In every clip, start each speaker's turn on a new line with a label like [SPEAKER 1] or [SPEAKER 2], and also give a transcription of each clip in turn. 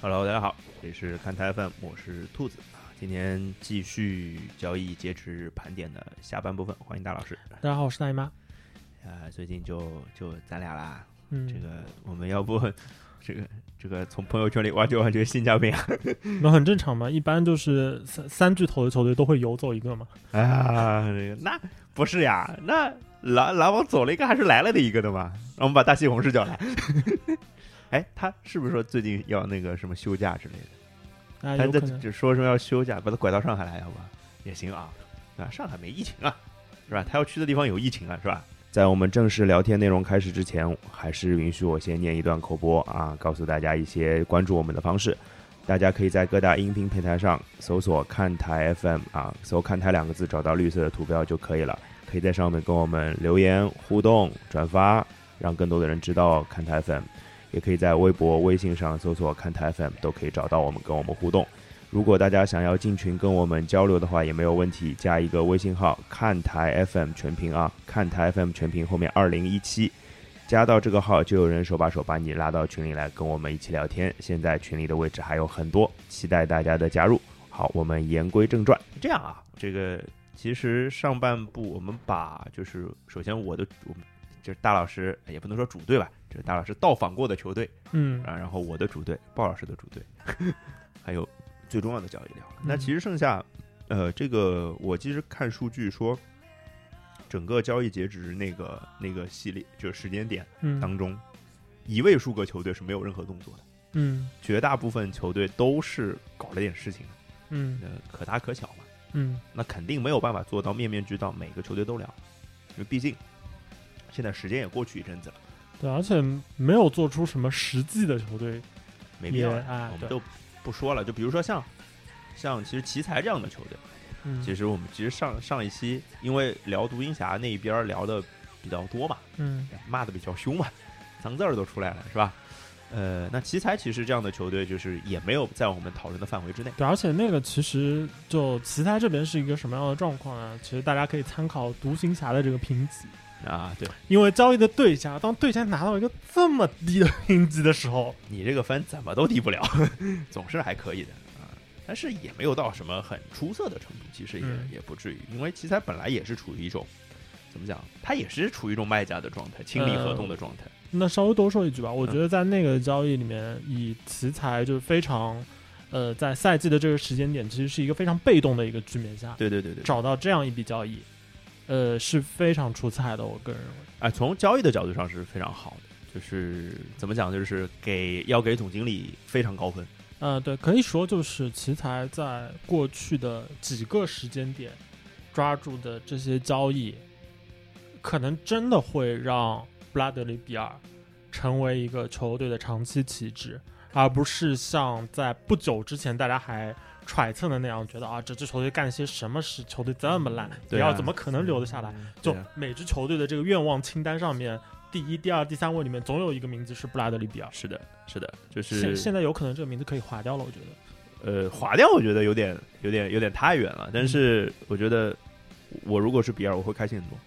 [SPEAKER 1] Hello，大家好，这里是看台 FM，我是兔子啊。今天继续交易截止盘点的下半部分，欢迎大老师。
[SPEAKER 2] 大家好，我是大姨妈。
[SPEAKER 1] 呃，最近就就咱俩啦，
[SPEAKER 2] 嗯，
[SPEAKER 1] 这个我们要不 这个这个从朋友圈里挖掘挖掘新嘉宾啊？
[SPEAKER 2] 那很正常嘛，一般就是三三巨头的球队都会游走一个嘛。
[SPEAKER 1] 啊，这个那不是呀，那篮篮网走了一个还是来了的一个的嘛？让我们把大西红柿叫来。 哎，他是不是说最近要那个什么休假之类的？
[SPEAKER 2] 啊，
[SPEAKER 1] 但
[SPEAKER 2] 有
[SPEAKER 1] 这
[SPEAKER 2] 可能
[SPEAKER 1] 只说说要休假，把他拐到上海来，要不也行啊？啊，上海没疫情啊，是吧？他要去的地方有疫情啊，是吧？在我们正式聊天内容开始之前，还是允许我先念一段口播啊，告诉大家一些关注我们的方式。大家可以在各大音频平台上搜索“看台 FM” 啊，搜“看台”两个字，找到绿色的图标就可以了。可以在上面跟我们留言互动、转发，让更多的人知道看台 FM。也可以在微博、微信上搜索“看台 FM”，都可以找到我们，跟我们互动。如果大家想要进群跟我们交流的话，也没有问题，加一个微信号“看台 FM 全屏”啊，“看台 FM 全屏”后面二零一七，加到这个号就有人手把手把你拉到群里来跟我们一起聊天。现在群里的位置还有很多，期待大家的加入。好，我们言归正传，这样啊，这个其实上半部我们把就是首先我的我们就是大老师也不能说主队吧，就是大老师到访过的球队。
[SPEAKER 2] 嗯，
[SPEAKER 1] 啊，然后我的主队，鲍老师的主队， 还有最重要的交易聊了。那
[SPEAKER 2] 嗯
[SPEAKER 1] 其实剩下，呃，这个我其实看数据说，整个交易截止那个那个系列就是时间点
[SPEAKER 2] 嗯
[SPEAKER 1] 当中，一位数个球队是没有任何动作的，
[SPEAKER 2] 嗯
[SPEAKER 1] 绝大部分球队都是搞了点事情，
[SPEAKER 2] 嗯
[SPEAKER 1] 呃，可大可小嘛。
[SPEAKER 2] 嗯
[SPEAKER 1] 那肯定没有办法做到面面俱到，每个球队都聊，因为毕竟现在时间也过去一阵子了，
[SPEAKER 2] 对，而且没有做出什么实际的球队，
[SPEAKER 1] 没必要
[SPEAKER 2] 也
[SPEAKER 1] 了
[SPEAKER 2] 啊
[SPEAKER 1] 我们
[SPEAKER 2] 对
[SPEAKER 1] 就不说了。就比如说像像其实奇才这样的球队。
[SPEAKER 2] 嗯，
[SPEAKER 1] 其实我们其实上上一期因为聊独行侠那一边儿聊的比较多嘛，
[SPEAKER 2] 嗯
[SPEAKER 1] 骂的比较凶嘛，脏字儿都出来了，是吧？呃，那奇才其实这样的球队就是也没有在我们讨论的范围之内。
[SPEAKER 2] 对，而且那个其实就奇才这边是一个什么样的状况啊？其实大家可以参考独行侠的这个评级，
[SPEAKER 1] 啊，对
[SPEAKER 2] 因为交易的对象，当对象拿到一个这么低的评级的时候，
[SPEAKER 1] 你这个分怎么都低不了， 总是还可以的啊，但是也没有到什么很出色的程度，其实也、
[SPEAKER 2] 嗯
[SPEAKER 1] 也不至于，因为奇才本来也是处于一种怎么讲，他也是处于一种卖家的状态，清理合
[SPEAKER 2] 嗯
[SPEAKER 1] 同的状态。
[SPEAKER 2] 那稍微多说一句吧，我觉得在那个交易里面，以奇才就是非常，呃，在赛季的这个时间点，其实是一个非常被动的一个局面下，
[SPEAKER 1] 对对对对，
[SPEAKER 2] 找到这样一笔交易，呃，是非常出彩的。我个人认为，
[SPEAKER 1] 啊，从交易的角度上是非常好的，就是怎么讲，就是给要给总经理非常高分。
[SPEAKER 2] 呃，对，可以说就是奇才在过去的几个时间点抓住的这些交易，可能真的会让布拉德利比尔成为一个球队的长期旗帜，而不是像在不久之前大家还揣测的那样，觉得啊，这支球队干了些什么事，球队这么烂，
[SPEAKER 1] 对
[SPEAKER 2] 你
[SPEAKER 1] 啊
[SPEAKER 2] 要怎么可能留得下来？就
[SPEAKER 1] 对啊
[SPEAKER 2] 每支球队的这个愿望清单上面，第一、第二、第三位里面总有一个名字是布拉德利比尔。
[SPEAKER 1] 是的，是的，就
[SPEAKER 2] 现
[SPEAKER 1] 是
[SPEAKER 2] 现在有可能这个名字可以划掉了，我觉得。
[SPEAKER 1] 呃，划掉我觉得有点有点有点太远了，
[SPEAKER 2] 嗯
[SPEAKER 1] 但是我觉得我如果是比尔，我会开心很多，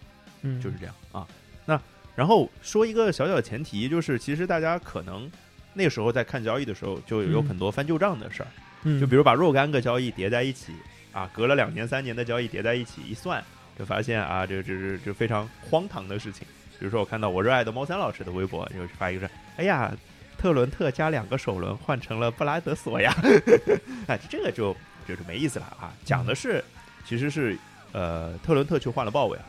[SPEAKER 2] 嗯，
[SPEAKER 1] 就是这样啊。那然后说一个小小的前提，就是其实大家可能那时候在看交易的时候，就有
[SPEAKER 2] 嗯
[SPEAKER 1] 很多翻旧账的事儿，
[SPEAKER 2] 嗯，
[SPEAKER 1] 就比如把若干个交易叠在一起啊，隔了两年三年的交易叠在一起一算，就发现啊，这这这这非常荒唐的事情。比如说，我看到我热爱的猫三老师的微博，就是发一个是，哎呀，特伦特加两个首轮换成了布拉德索呀， 啊，这个就就是没意思了啊。讲的是，其实是呃，特伦特去换了鲍威尔，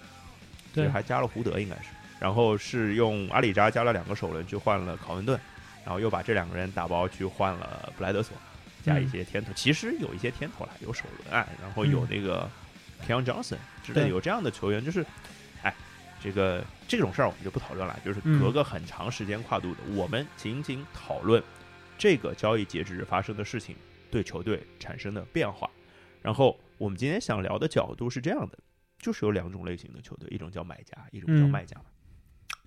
[SPEAKER 2] 对
[SPEAKER 1] 就，还加了胡德应该是，然后是用阿里扎加了两个首轮去换了考文顿，然后又把这两个人打包去换了布莱德索，加一些甜头，其实有一些甜头啦，有首轮案，然后有
[SPEAKER 2] 嗯嗯
[SPEAKER 1] 那个 k e n Johnson 之类的
[SPEAKER 2] 对
[SPEAKER 1] 有这样的球员，就是，哎，这个这种事儿我们就不讨论了，就是
[SPEAKER 2] 嗯
[SPEAKER 1] 隔个很长时间跨度的，我们仅仅讨论这个交易截止日发生的事情对球队产生的变化。然后我们今天想聊的角度是这样的，就是有两种类型的球队，一种叫买家，一种叫
[SPEAKER 2] 嗯
[SPEAKER 1] 卖家嘛。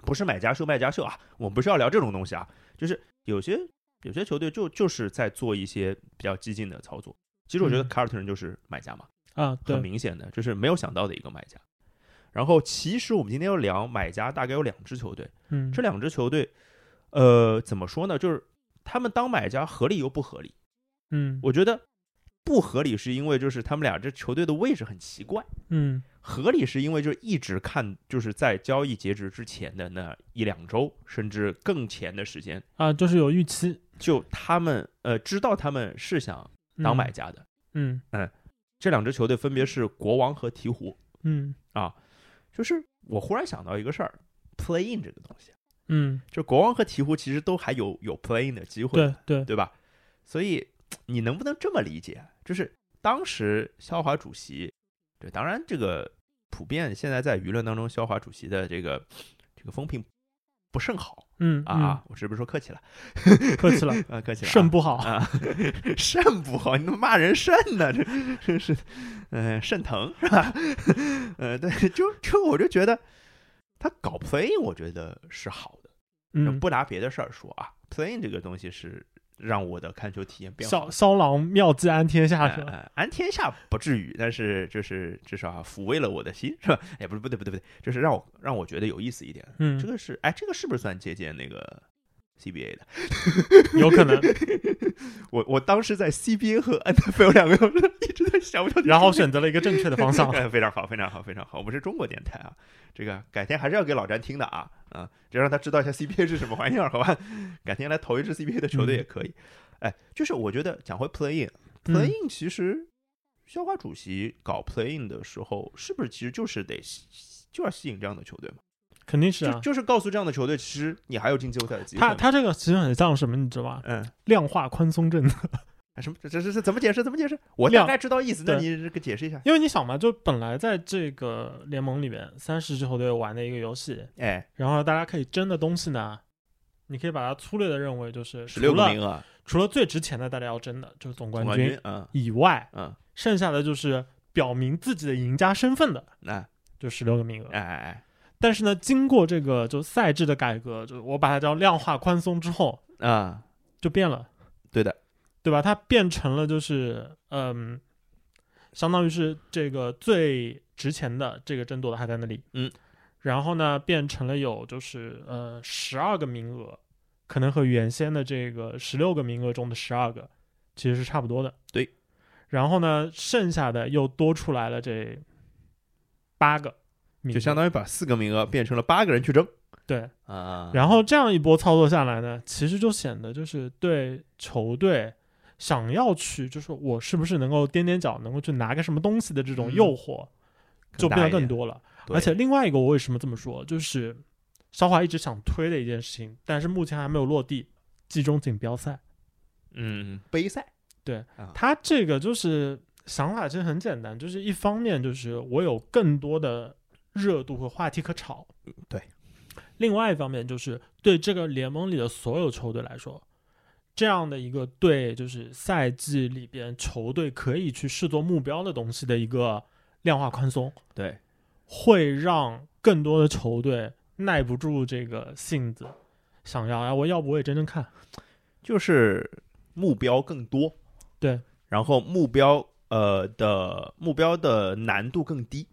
[SPEAKER 1] 不是买家秀卖家秀啊，我们不是要聊这种东西啊，就是有些有些球队就就是在做一些比较激进的操作。其实我觉得
[SPEAKER 2] 嗯
[SPEAKER 1] 凯尔特人就是买家嘛，
[SPEAKER 2] 啊，
[SPEAKER 1] 很
[SPEAKER 2] 对，
[SPEAKER 1] 明显的，就是没有想到的一个买家。然后其实我们今天要聊买家，大概有两支球队，
[SPEAKER 2] 嗯，
[SPEAKER 1] 这两支球队，呃，怎么说呢？就是他们当买家合理又不合理。
[SPEAKER 2] 嗯
[SPEAKER 1] 我觉得不合理是因为就是他们俩这球队的位置很奇怪，
[SPEAKER 2] 嗯
[SPEAKER 1] 合理是因为就是一直看就是在交易截止之前的那一两周，甚至更前的时间，
[SPEAKER 2] 啊，就是有预期
[SPEAKER 1] 就他们呃知道他们是想当买，家的。
[SPEAKER 2] 嗯
[SPEAKER 1] 这两支球队分别是国王和鹈鹕。
[SPEAKER 2] 嗯
[SPEAKER 1] 就是我忽然想到一个事儿，play in 这个东西，啊
[SPEAKER 2] 嗯，
[SPEAKER 1] 就国王和鹈鹕其实都还有有 play in 的机会，
[SPEAKER 2] 对对，
[SPEAKER 1] 对吧？所以你能不能这么理解？啊就是当时肖华主席，对，当然这个普遍现在在舆论当中，肖华主席的这个这个风评不甚好
[SPEAKER 2] 嗯
[SPEAKER 1] 啊，，我是不是说客气了
[SPEAKER 2] 嗯客 气了，
[SPEAKER 1] 啊？客气了啊，
[SPEAKER 2] 肾不好，
[SPEAKER 1] 啊，肾不好，你怎么骂人肾呢？ 这这是，呃，肾疼是吧？ 呃，对，就就我就觉得他搞 playing，我觉得是好的，
[SPEAKER 2] 嗯，
[SPEAKER 1] 不拿别的事儿说啊，playing 这个东西是让我的看球体验变好
[SPEAKER 2] 萧
[SPEAKER 1] 的。
[SPEAKER 2] 萧郎妙计安天下是
[SPEAKER 1] 呃
[SPEAKER 2] 吧？
[SPEAKER 1] 呃安天下不至于，但是就是至少啊抚慰了我的心，是吧？哎，不是，不对，不对，不对，就是让我让我觉得有意思一点。
[SPEAKER 2] 嗯
[SPEAKER 1] 这，个是，哎，这个是不是算借鉴那个 CBA 的？
[SPEAKER 2] 有可能，
[SPEAKER 1] 我我当时在 CBA 和 NFL 两个 都是一直在想，我到底。
[SPEAKER 2] 然后选择了一个正确的方向
[SPEAKER 1] 哎，非常好，非常好，非常好。我们是中国电台啊，这个改天还是要给老詹听的啊，啊，这让他知道一下 CBA 是什么玩意儿，好吧？ 改天来投一支 CBA 的球队也可以。哎，就是我觉得讲回 play in，play
[SPEAKER 2] 嗯嗯
[SPEAKER 1] in 其实肖华主席搞 play in 的时候，是不是其实就是得吸就要吸引这样的球队嘛？
[SPEAKER 2] 肯定是
[SPEAKER 1] 就
[SPEAKER 2] 啊。
[SPEAKER 1] 就是告诉这样的球队，其实你还有进季后赛的机会
[SPEAKER 2] 他
[SPEAKER 1] 嘛。
[SPEAKER 2] 他这个其实很像什么，你知道吧？
[SPEAKER 1] 嗯，
[SPEAKER 2] 量化宽松政策。
[SPEAKER 1] 哎什么？这这这这怎么解释？怎么解释？我大
[SPEAKER 2] 亮
[SPEAKER 1] 概知道意思，那
[SPEAKER 2] 对
[SPEAKER 1] 你这个解释一下。
[SPEAKER 2] 因为你想嘛，就本来在这个联盟里面，三十支球队玩的一个游戏，
[SPEAKER 1] 哎，
[SPEAKER 2] 然后大家可以争的东西呢，你可以把它粗略的认为就是
[SPEAKER 1] 十
[SPEAKER 2] 除
[SPEAKER 1] 六个
[SPEAKER 2] 了
[SPEAKER 1] 名额，
[SPEAKER 2] 除了最值钱的大家要争的就是
[SPEAKER 1] 总
[SPEAKER 2] 总冠
[SPEAKER 1] 冠
[SPEAKER 2] 军
[SPEAKER 1] 军，嗯
[SPEAKER 2] 以外，
[SPEAKER 1] 嗯，
[SPEAKER 2] 剩下的就是表明自己的赢家身份的，
[SPEAKER 1] 那
[SPEAKER 2] 就十六个名额。
[SPEAKER 1] 哎哎哎，
[SPEAKER 2] 但是呢，经过这个就赛制的改革，就我把它叫量化宽松之后，
[SPEAKER 1] 啊、
[SPEAKER 2] 就变了，
[SPEAKER 1] 对的，
[SPEAKER 2] 对吧？它变成了就是嗯，相当于是这个最值钱的这个争夺的还在那里，
[SPEAKER 1] 嗯，
[SPEAKER 2] 然后呢，变成了有就是呃十二个名额，可能和原先的这个十六个名额中的十二个其实是差不多的，
[SPEAKER 1] 对。
[SPEAKER 2] 然后呢，剩下的又多出来了这八个名额，
[SPEAKER 1] 就相当于把四个名额变成了八个人去争
[SPEAKER 2] 对，
[SPEAKER 1] 啊。
[SPEAKER 2] 然后这样一波操作下来呢，其实就显得就是对球队想要去，就是我是不是能够踮踮脚，能够去拿个什么东西的这种
[SPEAKER 1] 嗯
[SPEAKER 2] 诱惑，就变得更多了。
[SPEAKER 1] 对，
[SPEAKER 2] 而且另外一个，我为什么这么说，就是肖华一直想推的一件事情，但是目前还没有落地，季中锦标赛。
[SPEAKER 1] 嗯，杯赛
[SPEAKER 2] 他这个就是想法其实很简单，就是一方面就是我有更多的热度和话题可炒，
[SPEAKER 1] 对；
[SPEAKER 2] 另外一方面就是对这个联盟里的所有球队来说，这样的一个对就是赛季里边球队可以去视作目标的东西的一个量化宽松，
[SPEAKER 1] 对，
[SPEAKER 2] 会让更多的球队耐不住这个性子，想要哎，我要不我也真真看，
[SPEAKER 1] 就是目标更多，
[SPEAKER 2] 对，
[SPEAKER 1] 然后目标呃的目标的难度更低，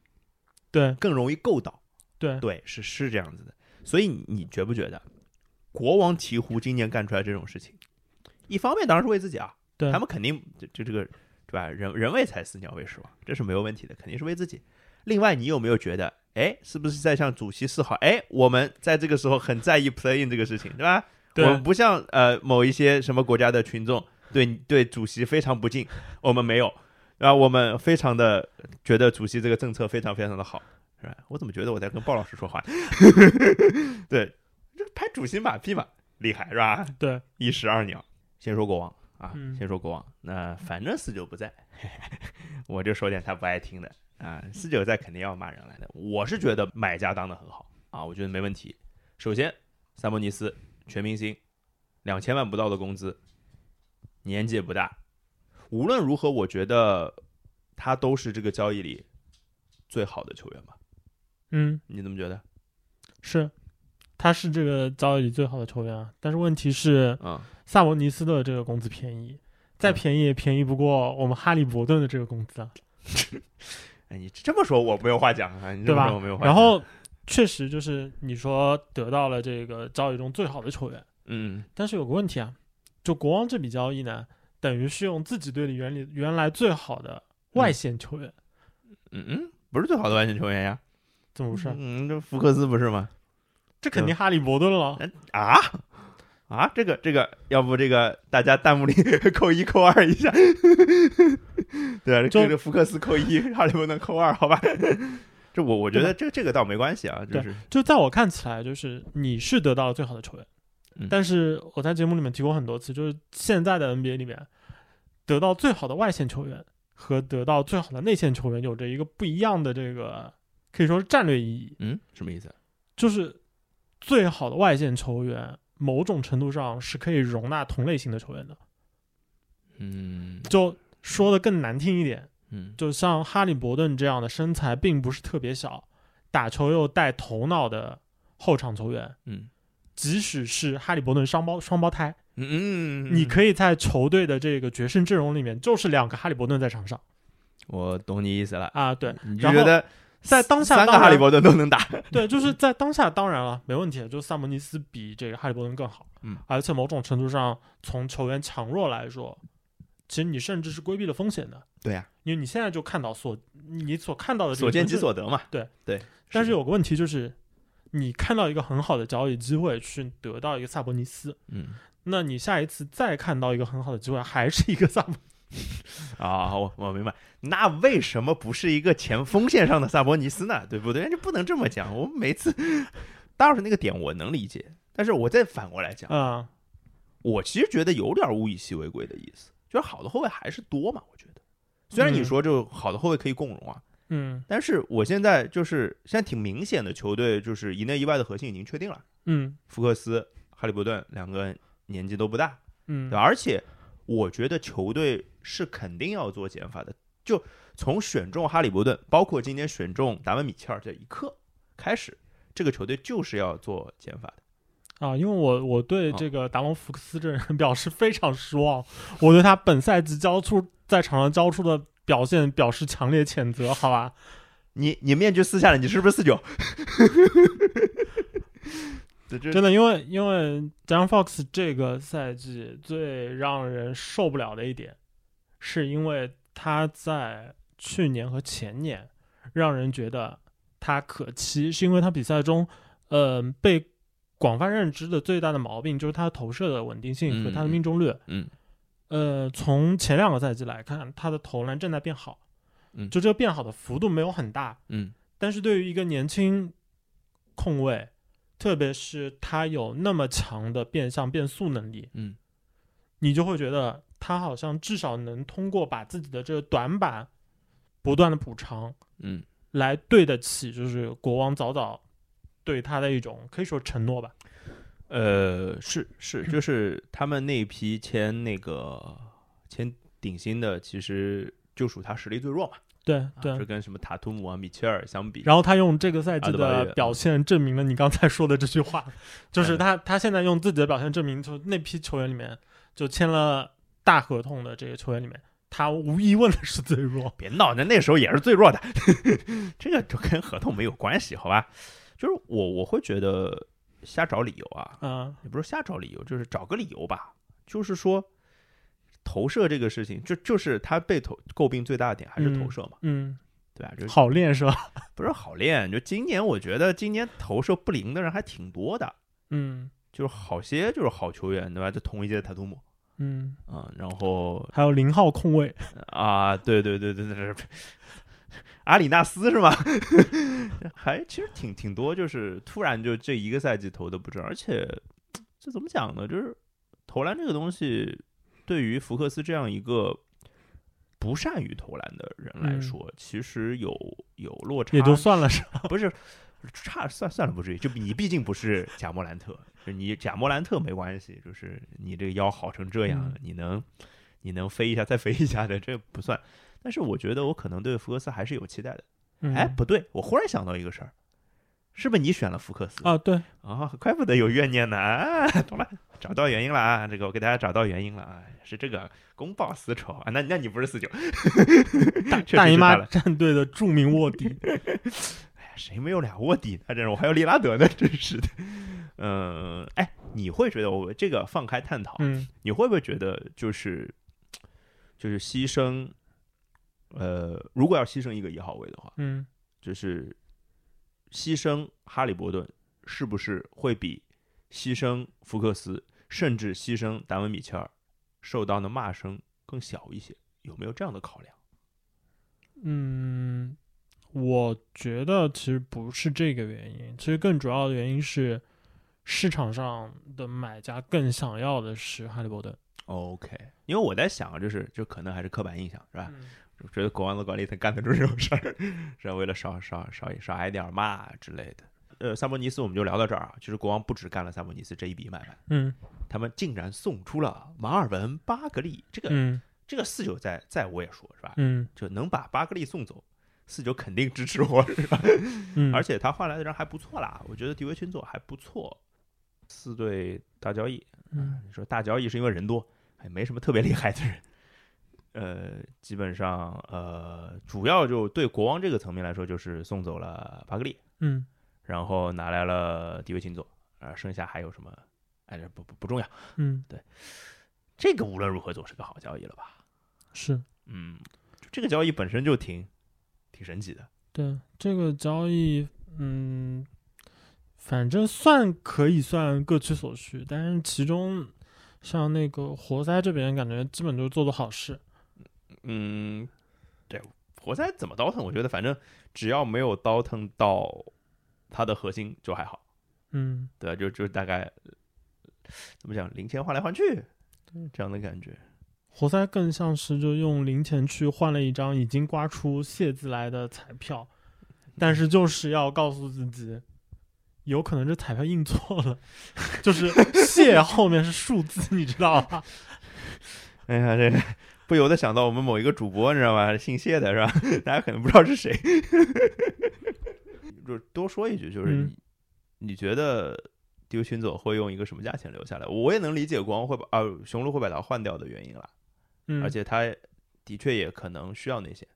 [SPEAKER 2] 对
[SPEAKER 1] 更容易够到，
[SPEAKER 2] 对，
[SPEAKER 1] 对，是是这样子的。所以你你觉不觉得国王鹈鹕今年干出来这种事情，一方面当然是为自己啊，
[SPEAKER 2] 对
[SPEAKER 1] 他们肯定这这这个对吧？人人为财死，鸟为食亡，这是没有问题的，肯定是为自己。另外，你有没有觉得，哎，是不是在向主席示好？哎，我们在这个时候很在意 playing 这个事情，对吧？
[SPEAKER 2] 对
[SPEAKER 1] 我们不像呃某一些什么国家的群众对对主席非常不敬，我们没有，然后我们非常的觉得主席这个政策非常非常的好，是吧？我怎么觉得我在跟鲍老师说话？ 对，这拍主席马屁嘛，厉害是吧？
[SPEAKER 2] 对，
[SPEAKER 1] 一石二鸟。先说国王啊，
[SPEAKER 2] 嗯
[SPEAKER 1] 先说国王。那反正四九不在， 我就说点他不爱听的啊。四九在肯定要骂人来的。我是觉得买家当的很好啊，我觉得没问题。首先，萨博尼斯全明星，两千万不到的工资，年纪也不大。无论如何，我觉得他都是这个交易里最好的球员吧？
[SPEAKER 2] 嗯。
[SPEAKER 1] 你怎么觉得？
[SPEAKER 2] 是，他是这个交易里最好的球员啊。但是问题是，
[SPEAKER 1] 嗯，
[SPEAKER 2] 萨博尼斯的这个工资便宜，再
[SPEAKER 1] 嗯
[SPEAKER 2] 便宜也便宜不过我们哈利伯顿的这个工资啊，
[SPEAKER 1] 哎，你这么说我没有话讲啊，你这
[SPEAKER 2] 对
[SPEAKER 1] 么
[SPEAKER 2] 吧
[SPEAKER 1] 说我没有？话讲。
[SPEAKER 2] 然，后确实就是你说得到了这个交易中最好的球员，
[SPEAKER 1] 嗯，
[SPEAKER 2] 但是有个问题啊，就国王这笔交易呢，等于是用自己队里原里原来最好的外线球员，
[SPEAKER 1] 嗯嗯，不是最好的外线球员呀，
[SPEAKER 2] 怎么回事？
[SPEAKER 1] 嗯，这福克斯不是吗？
[SPEAKER 2] 这肯定哈利伯顿了。
[SPEAKER 1] 啊啊，这个这个，要不这个大家弹幕里扣一扣二一下，对啊，
[SPEAKER 2] 就
[SPEAKER 1] 这个福克斯扣一，哈利波特扣二，好吧？这我我觉得这这个倒没关系啊，就是
[SPEAKER 2] 就在我看起来，就是你是得到了最好的球员，
[SPEAKER 1] 嗯
[SPEAKER 2] 但是我在节目里面提过很多次，就是现在的 NBA 里面，得到最好的外线球员和得到最好的内线球员有着一个不一样的这个可以说是战略意义，
[SPEAKER 1] 嗯，什么意思？
[SPEAKER 2] 就是最好的外线球员某种程度上是可以容纳同类型的球员的。
[SPEAKER 1] 嗯
[SPEAKER 2] 就说的更难听一点，
[SPEAKER 1] 嗯
[SPEAKER 2] 就像哈利伯顿这样的身材并不是特别小，打球又带头脑的后场球员。
[SPEAKER 1] 嗯
[SPEAKER 2] 即使是哈利伯顿双胞双胞胎，
[SPEAKER 1] 嗯
[SPEAKER 2] 你可以在球队的这个决胜阵容里面，就是两个哈利伯顿在场上
[SPEAKER 1] 我懂你意思了，
[SPEAKER 2] 啊。对
[SPEAKER 1] 你就
[SPEAKER 2] 然后
[SPEAKER 1] 觉得
[SPEAKER 2] 在当下
[SPEAKER 1] 三个
[SPEAKER 2] 当然
[SPEAKER 1] 哈利波特都能打，
[SPEAKER 2] 对，就是在当下，当然了，没问题，就萨博尼斯比这个哈利伯顿更好，
[SPEAKER 1] 嗯，
[SPEAKER 2] 而且某种程度上，从球员强弱来说，其实你甚至是规避了风险的，
[SPEAKER 1] 对呀，
[SPEAKER 2] 因为你现在就看到所你所看到的这个
[SPEAKER 1] 所见即
[SPEAKER 2] 球队
[SPEAKER 1] 所得嘛，
[SPEAKER 2] 对
[SPEAKER 1] 对，
[SPEAKER 2] 但是
[SPEAKER 1] 的
[SPEAKER 2] 有个问题就是，你看到一个很好的交易机会去得到一个萨博尼斯，
[SPEAKER 1] 嗯
[SPEAKER 2] 那你下一次再看到一个很好的机会，还是一个萨博。
[SPEAKER 1] 啊，我我明白。那为什么不是一个前锋线上的萨博尼斯呢？对不对？就不能这么讲。我每次当时那个点我能理解，但是我再反过来讲，
[SPEAKER 2] 啊、
[SPEAKER 1] 我其实觉得有点物以稀为贵的意思，就是好的后卫还是多嘛。我觉得，虽然你
[SPEAKER 2] 嗯
[SPEAKER 1] 说就好的后卫可以共荣啊，
[SPEAKER 2] 嗯
[SPEAKER 1] 但是我现在就是现在挺明显的，球队就是以内以外的核心已经确定了，
[SPEAKER 2] 嗯
[SPEAKER 1] 福克斯、哈利伯顿两个年纪都不大，
[SPEAKER 2] 嗯，
[SPEAKER 1] 对吧而且我觉得球队是肯定要做减法的，就从选中哈利伯顿，包括今天选中达文米切尔这一刻开始，这个球队就是要做减法的。
[SPEAKER 2] 啊，因为我我对
[SPEAKER 1] 啊
[SPEAKER 2] 这个达隆福克斯这人表示非常失望，我对他本赛季交出在场上交出的表现表示强烈谴责，好吧？
[SPEAKER 1] 你你面具撕下来，你是不是四九？ 这这
[SPEAKER 2] 真的，因为因为 John Fox 这个赛季最让人受不了的一点，是因为他在去年和前年让人觉得他可期，是因为他比赛中，嗯、被广泛认知的最大的毛病就是他投射的稳定性和他的
[SPEAKER 1] 嗯嗯
[SPEAKER 2] 命中率。
[SPEAKER 1] 嗯
[SPEAKER 2] 呃，从前两个赛季来看，他的投篮正在变好，
[SPEAKER 1] 嗯
[SPEAKER 2] 就这个变好的幅度没有很大，
[SPEAKER 1] 嗯
[SPEAKER 2] 但是对于一个年轻控卫，特别是他有那么强的变向变速能力，
[SPEAKER 1] 嗯
[SPEAKER 2] 你就会觉得他好像至少能通过把自己的这个短板不断的补偿，
[SPEAKER 1] 嗯
[SPEAKER 2] 来对得起就是国王早早对他的一种可以说承诺吧。
[SPEAKER 1] 呃是是，就是他们那一批签那个签顶薪的，其实就属他实力最弱嘛，
[SPEAKER 2] 对
[SPEAKER 1] 啊
[SPEAKER 2] 对
[SPEAKER 1] 这，跟什么塔图姆啊、米切尔相比，
[SPEAKER 2] 然后他用这个赛季
[SPEAKER 1] 阿德巴约嗯
[SPEAKER 2] 的表现证明了你刚才说的这句话， 就是他他现在用自己的表现证明，就那批球员里面就签了大合同的这个球员里面，他无疑问的是最 弱。
[SPEAKER 1] 别闹，那那时候也是最弱的， 这个就跟合同没有关系，好吧？就是我我会觉得瞎找理由啊，
[SPEAKER 2] 嗯
[SPEAKER 1] 也不是瞎找理由，就是找个理由吧。就是说，投射这个事情，就就是他被投诟病最大的点还是投射嘛，
[SPEAKER 2] 嗯，
[SPEAKER 1] 对吧？就
[SPEAKER 2] 好练是吧？
[SPEAKER 1] 不是好练，就今年我觉得今年投射不灵的人还挺多的，
[SPEAKER 2] 嗯
[SPEAKER 1] 就是好些就是好球员，对吧？就同一届的塔图姆。
[SPEAKER 2] 嗯，
[SPEAKER 1] 嗯，然后
[SPEAKER 2] 还有零号控卫，
[SPEAKER 1] 啊，对对对对对， 对阿里纳斯是吗？ 还其实挺挺多，就是突然就这一个赛季投的不正，而且这怎么讲呢？就是投篮这个东西，对于福克斯这样一个不善于投篮的人来
[SPEAKER 2] 嗯
[SPEAKER 1] 说，其实有有落差，
[SPEAKER 2] 也就算了是吧？
[SPEAKER 1] 不是差算算了不至于，就你毕竟不是贾莫兰特，就你贾莫兰特没关系，就是你这个腰好成这样，
[SPEAKER 2] 嗯
[SPEAKER 1] 你能你能飞一下再飞一下的，这不算。但是我觉得我可能对福克斯还是有期待的。
[SPEAKER 2] 嗯
[SPEAKER 1] 哎，不对，我忽然想到一个事儿，是不是你选了福克斯
[SPEAKER 2] 啊，对，
[SPEAKER 1] 啊、怪不得有怨念呢啊！懂了，找到原因了啊！这个我给大家找到原因了啊，是这个公报私仇啊。那那你不是四九，
[SPEAKER 2] 大
[SPEAKER 1] 确实
[SPEAKER 2] 大姨
[SPEAKER 1] 是他
[SPEAKER 2] 妈
[SPEAKER 1] 了
[SPEAKER 2] 战队的著名卧底，
[SPEAKER 1] 谁没有俩卧底呢？这是我还有利拉德呢，真是的。嗯、哎，你会觉得我这个放开探讨，
[SPEAKER 2] 嗯
[SPEAKER 1] 你会不会觉得就是就是牺牲？呃，如果要牺牲一个一号位的话，
[SPEAKER 2] 嗯
[SPEAKER 1] 就是牺牲哈利伯顿是不是会比牺牲福克斯，甚至牺牲达文米切尔受到的骂声更小一些？有没有这样的考量？
[SPEAKER 2] 嗯，我觉得其实不是这个原因，其实更主要的原因是市场上的买家更想要的是哈利波特。
[SPEAKER 1] OK，因为我在想啊，就是就可能还是刻板印象是吧？
[SPEAKER 2] 嗯
[SPEAKER 1] 我觉得国王的管理层干得出这种事儿，是为了少少少少挨点儿骂之类的。呃，萨博尼斯我们就聊到这儿啊。其实国王不只干了萨博尼斯这一笔买卖，
[SPEAKER 2] 嗯
[SPEAKER 1] 他们竟然送出了马尔文、巴格利，这个、
[SPEAKER 2] 嗯
[SPEAKER 1] 这个四九在在我也说是吧？
[SPEAKER 2] 嗯
[SPEAKER 1] 就能把巴格利送走，四九肯定支持我，是吧？
[SPEAKER 2] 嗯，
[SPEAKER 1] 而
[SPEAKER 2] 且
[SPEAKER 1] 且他换来的人还不错啦，我觉得迪维群佐还不错。四对大交易，
[SPEAKER 2] 嗯
[SPEAKER 1] 哎你说大交易是因为人多，还没什么特别厉害的人。呃，基本上呃，主要就对国王这个层面来说，就是送走了巴格利，
[SPEAKER 2] 嗯
[SPEAKER 1] 然后拿来了迪维琴佐，啊、剩下还有什么？哎，这不不不重要，
[SPEAKER 2] 嗯
[SPEAKER 1] 这个无论如何总是个好交易了吧？
[SPEAKER 2] 是
[SPEAKER 1] 嗯，就这个交易本身就挺挺神奇的。
[SPEAKER 2] 对这个交易，嗯，反正算可以算各取所需，但是其中像那个活塞这边，感觉基本就是做做好事。
[SPEAKER 1] 嗯，对，活塞怎么倒腾？我觉得反正只要没有倒腾到它的核心就还好。
[SPEAKER 2] 嗯，
[SPEAKER 1] 对吧？就就大概呃怎么讲，零钱换来换去这样的感觉。
[SPEAKER 2] 活塞更像是就用零钱去换了一张已经刮出谢字来的彩票，
[SPEAKER 1] 嗯
[SPEAKER 2] 但是就是要告诉自己，有可能这彩票印错了， 就是谢后面是数字，你知道吧？
[SPEAKER 1] 哎呀，这个不由得想到我们某一个主播，你知道吗？姓谢的是吧？ 大家可能不知道是谁。就多说一句，就是你、
[SPEAKER 2] 嗯
[SPEAKER 1] 你觉得丢群佐会用一个什么价钱留下来？我也能理解国王会把啊雄鹿会把它换掉的原因啦，
[SPEAKER 2] 嗯，
[SPEAKER 1] 而且他的确也可能需要内线，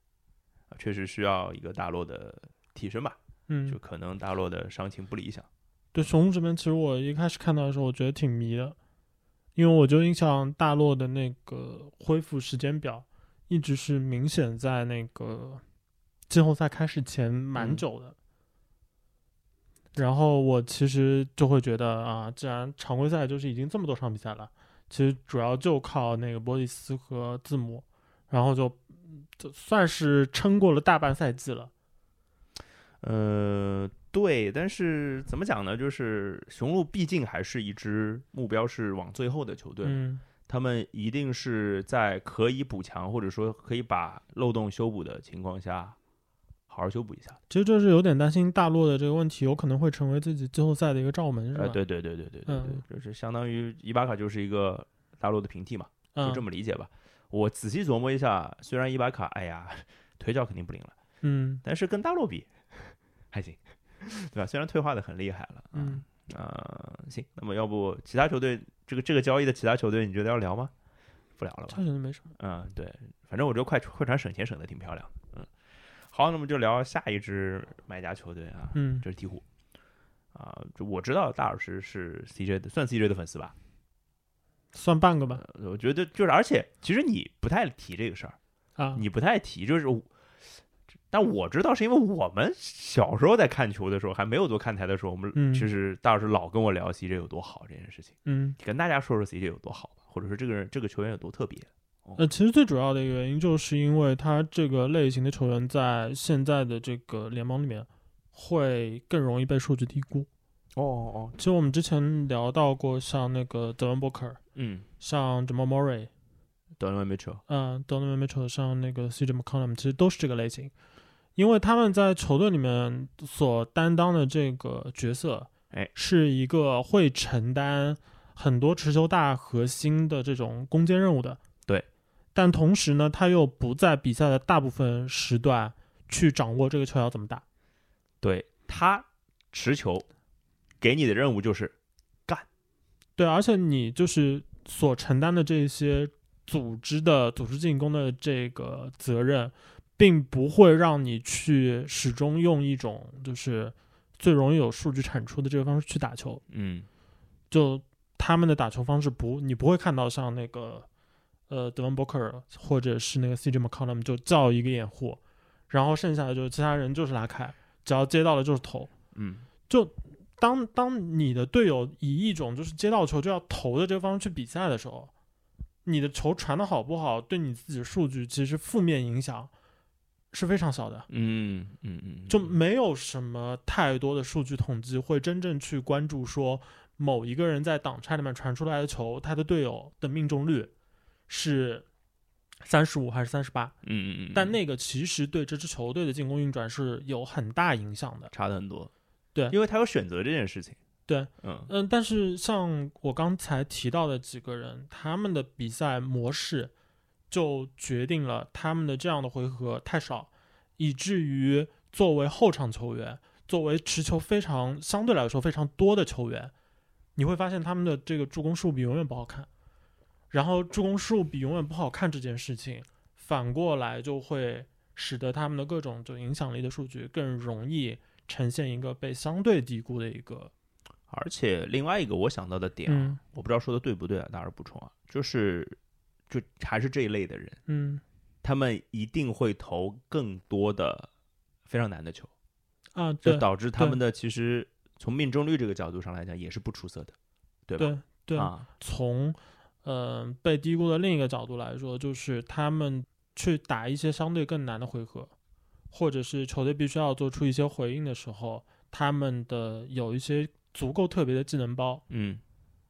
[SPEAKER 1] 啊确实需要一个大洛的提升吧，
[SPEAKER 2] 嗯
[SPEAKER 1] 就，可能大洛的伤情不理想。
[SPEAKER 2] 对雄鹿这边，其实我一开始看到的时候，我觉得挺迷的，因为我就印象大洛的那个恢复时间表一直是明显在那个季后赛开始前蛮
[SPEAKER 1] 嗯
[SPEAKER 2] 久的。然后我其实就会觉得啊，既然常规赛就是已经这么多场比赛了，其实主要就靠那个波利斯和字母，然后就嗯就算是撑过了大半赛季了。
[SPEAKER 1] 呃，对，但是怎么讲呢？就是雄鹿毕竟还是一支目标是往最后的球队嘛，
[SPEAKER 2] 嗯
[SPEAKER 1] 他们一定是在可以补强或者说可以把漏洞修补的情况下，好好修补一下。
[SPEAKER 2] 其实就是有点担心大洛的这个问题，有可能会成为自己季后赛的一个罩门，是吧？
[SPEAKER 1] 呃，对对对对对对
[SPEAKER 2] 嗯
[SPEAKER 1] 对，就是相当于伊巴卡就是一个大陆的平替嘛，
[SPEAKER 2] 嗯，
[SPEAKER 1] 就这么理解吧。我仔细琢磨一下，虽然伊巴卡，哎呀，腿脚肯定不灵了，
[SPEAKER 2] 嗯
[SPEAKER 1] 但是跟大陆比 还行，对吧？虽然退化的很厉害了，啊
[SPEAKER 2] 嗯，
[SPEAKER 1] 呃，行，那么要不其他球队这个这个交易的其他球队，你觉得要聊吗？不聊了
[SPEAKER 2] 这
[SPEAKER 1] 吧
[SPEAKER 2] 个。人没什么。
[SPEAKER 1] 嗯，对，反正我觉得快快船省钱省的挺漂亮的。嗯，好，那么就聊下一支买家球队啊，
[SPEAKER 2] 嗯
[SPEAKER 1] 这是鹈鹕。啊、就我知道大老师是 CJ 的，算 CJ 的粉丝吧？
[SPEAKER 2] 算半个吧。
[SPEAKER 1] 呃我觉得就是，而且其实你不太提这个事儿，
[SPEAKER 2] 啊，
[SPEAKER 1] 你不太提，就是我，但我知道是因为我们小时候在看球的时候，还没有做看台的时候，我们
[SPEAKER 2] 嗯
[SPEAKER 1] 其实大老师老跟我聊 CJ 有多好这件事情。
[SPEAKER 2] 嗯，
[SPEAKER 1] 跟大家说说 CJ 有多好吧，或者说这个人这个球员有多特别。
[SPEAKER 2] 呃，其实最主要的一个原因就是因为他这个类型的球员在现在的这个联盟里面会更容易被数据低估。
[SPEAKER 1] 哦哦，
[SPEAKER 2] 其实我们之前聊到过，像那个德文伯克尔，
[SPEAKER 1] 嗯
[SPEAKER 2] 像 j a m a Murray，
[SPEAKER 1] ，Donovan Mitchell，
[SPEAKER 2] 嗯，Donovan Mitchell 像那个 CJ McCollum 其实都是这个类型，因为他们在球队里面所担当的这个角色，
[SPEAKER 1] 哎
[SPEAKER 2] 是一个会承担很多持球大核心的这种攻坚任务的。
[SPEAKER 1] 对，
[SPEAKER 2] 但同时呢，他又不在比赛的大部分时段去掌握这个球要怎么打。
[SPEAKER 1] 对他持球给你的任务就是，
[SPEAKER 2] 对，而且你就是所承担的这些组织的组织进攻的这个责任，并不会让你去始终用一种就是最容易有数据产出的这个方式去打球。
[SPEAKER 1] 嗯
[SPEAKER 2] 就他们的打球方式不，你不会看到像那个呃德文伯克尔或者是那个 CJ McCollum 就叫一个掩护，然后剩下的就是其他人就是拉开，只要接到了就是投。
[SPEAKER 1] 嗯，
[SPEAKER 2] 当当你的队友以一种就是接到球就要投的这个方式去比赛的时候，你的球传的好不好，对你自己的数据其实负面影响是非常小的。
[SPEAKER 1] 嗯嗯嗯，
[SPEAKER 2] 就没有什么太多的数据统计会真正去关注说某一个人在挡拆里面传出来的球，他的队友的命中率是三十五还是三十八，
[SPEAKER 1] 嗯嗯，
[SPEAKER 2] 但那个其实对这支球队的进攻运转是有很大影响的。
[SPEAKER 1] 差的很多，
[SPEAKER 2] 对
[SPEAKER 1] 因为他有选择这件事情，
[SPEAKER 2] 对，
[SPEAKER 1] 嗯
[SPEAKER 2] 嗯，但是像我刚才提到的几个人，他们的比赛模式就决定了他们的这样的回合太少，以至于作为后场球员，作为持球非常相对来说非常多的球员，你会发现他们的这个助攻数比永远不好看。然后助攻数比永远不好看这件事情，反过来就会使得他们的各种就影响力的数据更容易呈现一个被相对低估的一个
[SPEAKER 1] 而且另外一个我想到的点啊，
[SPEAKER 2] 嗯
[SPEAKER 1] 我不知道说的对不对啊，大家补充啊，就是就还是这一类的人，
[SPEAKER 2] 嗯。
[SPEAKER 1] 他们一定会投更多的非常难的球，
[SPEAKER 2] 啊，对
[SPEAKER 1] 就导致他们的其实从命中率这个角度上来讲也是不出色的，对吧？
[SPEAKER 2] 对对，
[SPEAKER 1] 啊，
[SPEAKER 2] 从嗯、呃被低估的另一个角度来说，就是他们去打一些相对更难的回合，或者是球队必须要做出一些回应的时候，他们的有一些足够特别的技能包，
[SPEAKER 1] 嗯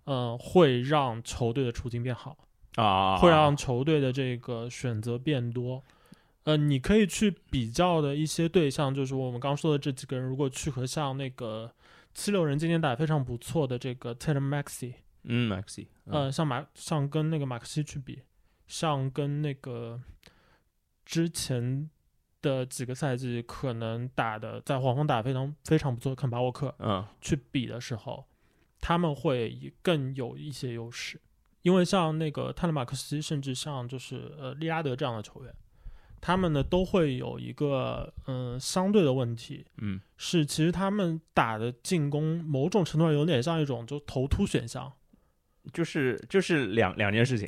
[SPEAKER 2] 嗯、会让球队的处境变好。
[SPEAKER 1] 啊，
[SPEAKER 2] 会让球队的这个选择变多。呃，你可以去比较的一些对象，就是我们刚说的这几个人，如果去和像那个七六人今年打得非常不错的这个 Tatum Maxi，
[SPEAKER 1] 嗯，Maxi，嗯
[SPEAKER 2] 呃，像马像跟那个马克西去比，像跟那个之前的几个赛季可能打的在黄蜂打得非常非常不错的肯巴沃克
[SPEAKER 1] 嗯
[SPEAKER 2] 去比的时候，他们会更有一些优势，因为像那个泰勒马克西，甚至像就是呃利拉德这样的球员，他们呢都会有一个嗯、呃相对的问题，
[SPEAKER 1] 嗯
[SPEAKER 2] 是其实他们打的进攻某种程度上有点像一种就头突选项，
[SPEAKER 1] 嗯就是就是两两件事情，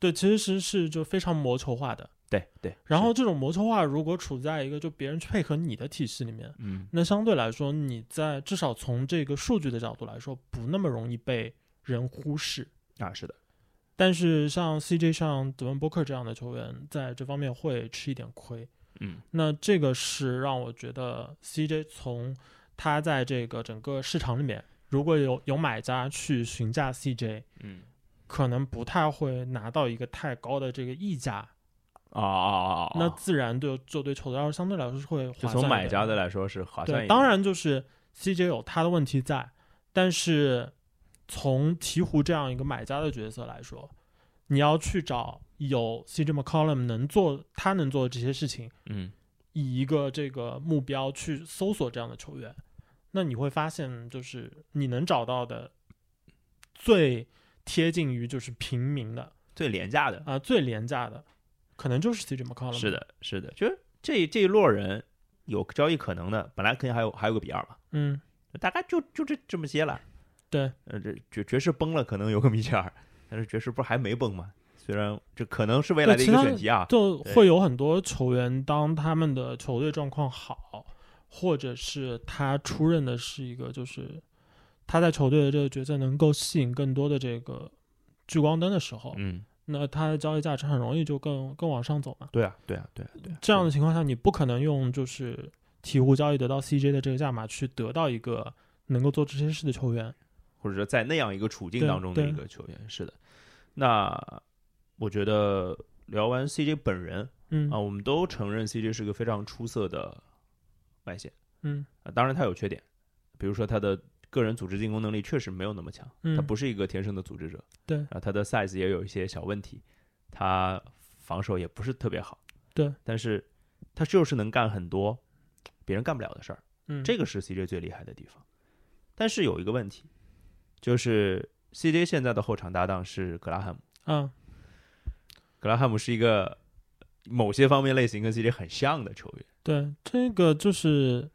[SPEAKER 2] 对，其实是就非常魔球化的。
[SPEAKER 1] 对对，
[SPEAKER 2] 然
[SPEAKER 1] 是
[SPEAKER 2] 后这种魔球化如果处在一个就别人去配合你的体系里面，
[SPEAKER 1] 嗯
[SPEAKER 2] 那相对来说你在至少从这个数据的角度来说，不那么容易被人忽视。
[SPEAKER 1] 啊是的，
[SPEAKER 2] 但是像 CJ 像德文波克这样的球员，在这方面会吃一点亏。
[SPEAKER 1] 嗯
[SPEAKER 2] 那这个是让我觉得 CJ 从他在这个整个市场里面，如果有有买家去询价 CJ，
[SPEAKER 1] 嗯
[SPEAKER 2] 可能不太会拿到一个太高的这个溢价，
[SPEAKER 1] 啊啊啊，啊
[SPEAKER 2] 那自然对就对球队来说相对来说是会划
[SPEAKER 1] 就
[SPEAKER 2] 算。
[SPEAKER 1] 从买家的，来说是划算
[SPEAKER 2] 对，
[SPEAKER 1] 一点，
[SPEAKER 2] 当然就是 CJ 有他的问题在，但是从鹈鹕这样一个买家的角色来说，你要去找有 CJ McCollum 能做他能做的这些事情，
[SPEAKER 1] 嗯
[SPEAKER 2] 以一个这个目标去搜索这样的球员，那你会发现，就是你能找到的最贴近于就是平民的
[SPEAKER 1] 最廉价的，
[SPEAKER 2] 啊、最廉价的，可能就是 CJ McCollum。
[SPEAKER 1] 是，的，是的，就是这这一摞人有交易可能的，本来肯定还有还有个比二嘛，
[SPEAKER 2] 嗯，
[SPEAKER 1] 大概就就这这么些了。
[SPEAKER 2] 对，
[SPEAKER 1] 呃，这爵爵士崩了，可能有个米切尔，但是爵士不是还没崩吗？虽然这可能是未来的一
[SPEAKER 2] 对
[SPEAKER 1] 个
[SPEAKER 2] 其他
[SPEAKER 1] 选题啊，
[SPEAKER 2] 就
[SPEAKER 1] 对
[SPEAKER 2] 会有很多球员，当他们的球队状况好，或者是他出任的是一个，就是他在球队的这个角色能够吸引更多的这个聚光灯的时候，
[SPEAKER 1] 嗯，
[SPEAKER 2] 那他的交易价值很容易就更更往上走嘛。
[SPEAKER 1] 对啊，对啊，对啊，对啊，
[SPEAKER 2] 这样的情况下，你不可能用就是鹈鹕交易得到 CJ 的这个价码去得到一个能够做这些事的球员。
[SPEAKER 1] 或者说在那样一个处境
[SPEAKER 2] 对
[SPEAKER 1] 当中的
[SPEAKER 2] 对
[SPEAKER 1] 一个球员，是的。那我觉得聊完 CJ 本人
[SPEAKER 2] 嗯
[SPEAKER 1] 啊，我们都承认 CJ 是个非常出色的外线。
[SPEAKER 2] 嗯
[SPEAKER 1] 啊，当然他有缺点，比如说他的个人组织进攻能力确实没有那么强，
[SPEAKER 2] 嗯
[SPEAKER 1] 他不是一个天生的组织者，
[SPEAKER 2] 对
[SPEAKER 1] 然后他的 size 也有一些小问题，他防守也不是特别好，
[SPEAKER 2] 对，
[SPEAKER 1] 但是他就是能干很多别人干不了的事儿，
[SPEAKER 2] 嗯，
[SPEAKER 1] 这个是 CJ 最厉害的地方。但是有一个问题，就是 CJ 现在的后场搭档是格拉汉姆，
[SPEAKER 2] 嗯
[SPEAKER 1] 格拉汉姆是一个某些方面类型跟 CJ 很像的球员，
[SPEAKER 2] 对，这个就是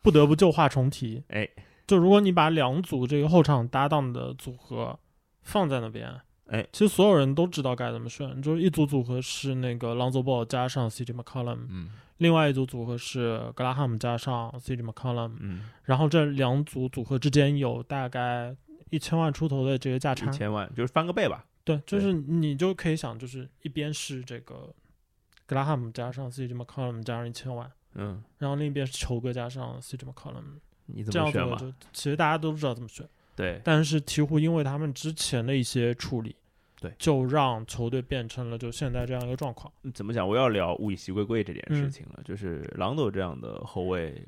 [SPEAKER 2] 不得不旧话重提。
[SPEAKER 1] 哎，
[SPEAKER 2] 就如果你把两组这个后场搭档的组合放在那边，
[SPEAKER 1] 哎，
[SPEAKER 2] 其实所有人都知道该怎么选，就是一组组合是那个 Lonzo Ball 加上 CJ McCollum，
[SPEAKER 1] 嗯
[SPEAKER 2] 另外一组组合是格拉汉姆加上 CJ McCollum，
[SPEAKER 1] 嗯，
[SPEAKER 2] 然后这两组组合之间有大概一千万出头的这个价差
[SPEAKER 1] 一，千万就是翻个倍吧，
[SPEAKER 2] 对，就是你就可以想，就是一边是这个格拉汉姆加上 CJ McCollum 加上一千万，
[SPEAKER 1] 嗯，
[SPEAKER 2] 然后另一边是球哥加上 CJ McCollum，
[SPEAKER 1] 你
[SPEAKER 2] 这
[SPEAKER 1] 怎么
[SPEAKER 2] 样子
[SPEAKER 1] 选
[SPEAKER 2] 我
[SPEAKER 1] 嘛？
[SPEAKER 2] 就其实大家都知道怎么选。
[SPEAKER 1] 对，
[SPEAKER 2] 但是鹈鹕因为他们之前的一些处理，
[SPEAKER 1] 对
[SPEAKER 2] 就让球队变成了就现在这样一个状况。
[SPEAKER 1] 嗯怎么讲？我要聊物以稀为贵这件事
[SPEAKER 2] 嗯
[SPEAKER 1] 情了。就是朗斗这样的后卫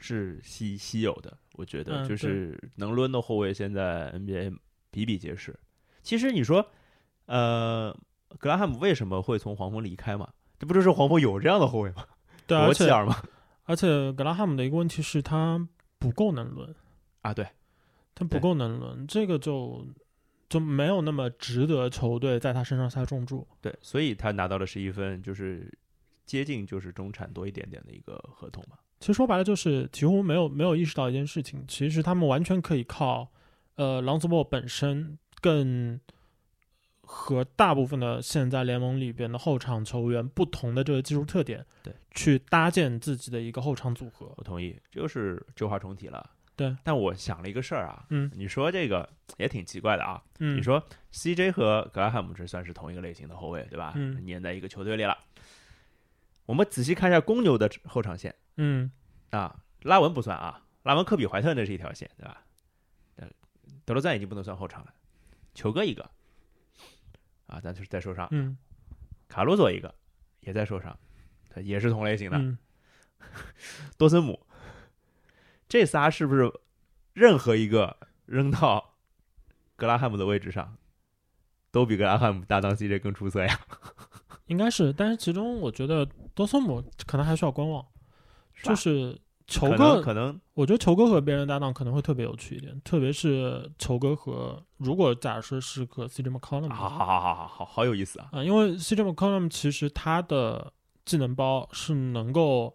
[SPEAKER 1] 是稀稀有的，我觉得
[SPEAKER 2] 嗯
[SPEAKER 1] 就是能抡的后卫现在 NBA 比比皆是。其实你说，呃，格拉汉姆为什么会从黄蜂离开嘛？这不就是黄蜂有这样的后卫吗？
[SPEAKER 2] 对，
[SPEAKER 1] 罗
[SPEAKER 2] 而
[SPEAKER 1] 齐
[SPEAKER 2] 且
[SPEAKER 1] 尔吗？
[SPEAKER 2] 而且格拉汉姆的一个问题是他不够能抡，
[SPEAKER 1] 啊，对，
[SPEAKER 2] 他不
[SPEAKER 1] 对
[SPEAKER 2] 够能抡，这个就就没有那么值得球队在他身上下重注。
[SPEAKER 1] 对，所以他拿到了十一分，就是接近就是中产多一点点的一个合同嘛。
[SPEAKER 2] 其实说白了就是鹈鹕没有没有意识到一件事情，其实他们完全可以靠呃朗佐莫本身更和大部分的现在联盟里边的后场球员不同的这个技术特点，
[SPEAKER 1] 对，
[SPEAKER 2] 去搭建自己的一个后场组合。
[SPEAKER 1] 我同意，这就是旧话重提了。
[SPEAKER 2] 对，
[SPEAKER 1] 但我想了一个事儿啊，
[SPEAKER 2] 嗯
[SPEAKER 1] 你说这个也挺奇怪的啊。
[SPEAKER 2] 嗯，
[SPEAKER 1] 你说 CJ 和格拉汉姆这算是同一个类型的后卫，对吧？
[SPEAKER 2] 嗯
[SPEAKER 1] 粘在一个球队里了。我们仔细看一下公牛的后场线
[SPEAKER 2] 嗯
[SPEAKER 1] 啊，拉文不算啊，拉文、科比、怀特那是一条线，对吧？呃，德罗赞已经不能算后场了，球哥一个啊，咱就是在受伤，
[SPEAKER 2] 嗯
[SPEAKER 1] 卡洛佐一个也在受伤，他也是同类型的，
[SPEAKER 2] 嗯，
[SPEAKER 1] 多森姆，这仨是不是任何一个扔到格拉汉姆的位置上，都比格拉汉姆搭档 CJ 更出色呀？
[SPEAKER 2] 应该是，但是其中我觉得多索姆可能还需要观望，
[SPEAKER 1] 吧
[SPEAKER 2] 就是球
[SPEAKER 1] 可能
[SPEAKER 2] 哥
[SPEAKER 1] 可能
[SPEAKER 2] 我觉得球哥和别人搭档可能会特别有趣一点，特别是球哥和如果假设是和
[SPEAKER 1] 啊
[SPEAKER 2] CJ McCollum 的
[SPEAKER 1] 好
[SPEAKER 2] 话
[SPEAKER 1] 好好好好好好有意思啊！
[SPEAKER 2] 啊、因为 CJ McCollum 其实他的技能包是能够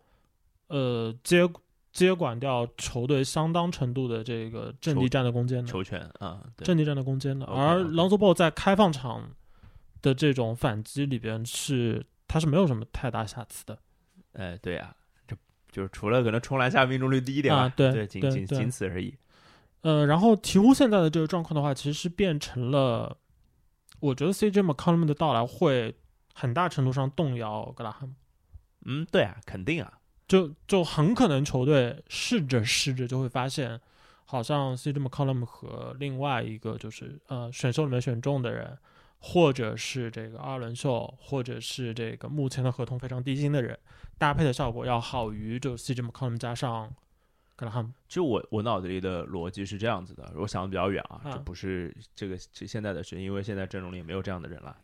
[SPEAKER 2] 呃接接管掉球队相当程度的这个阵地
[SPEAKER 1] 球
[SPEAKER 2] 战的攻坚的，
[SPEAKER 1] 球权啊，对，
[SPEAKER 2] 阵地战的攻坚的。
[SPEAKER 1] OK，
[SPEAKER 2] 而
[SPEAKER 1] OK
[SPEAKER 2] l o n z o Ball 在开放场的这种反击里边是他是没有什么太大瑕疵的。
[SPEAKER 1] 哎对啊，这就是除了可能冲篮下命中率低一点吧，
[SPEAKER 2] 啊对
[SPEAKER 1] 对，仅
[SPEAKER 2] 对
[SPEAKER 1] 仅
[SPEAKER 2] 对
[SPEAKER 1] 仅此而已。
[SPEAKER 2] 呃，然后鹈鹕现在的这个状况的话，其实是变成了，我觉得 CJ McCollum 的到来会很大程度上动摇格拉汉姆，
[SPEAKER 1] 嗯，对啊，肯定啊，
[SPEAKER 2] 就就很可能球队试着试着就会发现，好像 CJ McCollum 和另外一个就是呃选秀里面选中的人，或者是这个二轮秀，或者是这个目前的合同非常低薪的人，搭配的效果要好于就 CJ McCollum 加上格拉汉姆。
[SPEAKER 1] 就我我脑子里的逻辑是这样子的，我想的比较远啊，
[SPEAKER 2] 嗯
[SPEAKER 1] 这不是这个这现在的事，因为现在阵容里也没有这样的人了。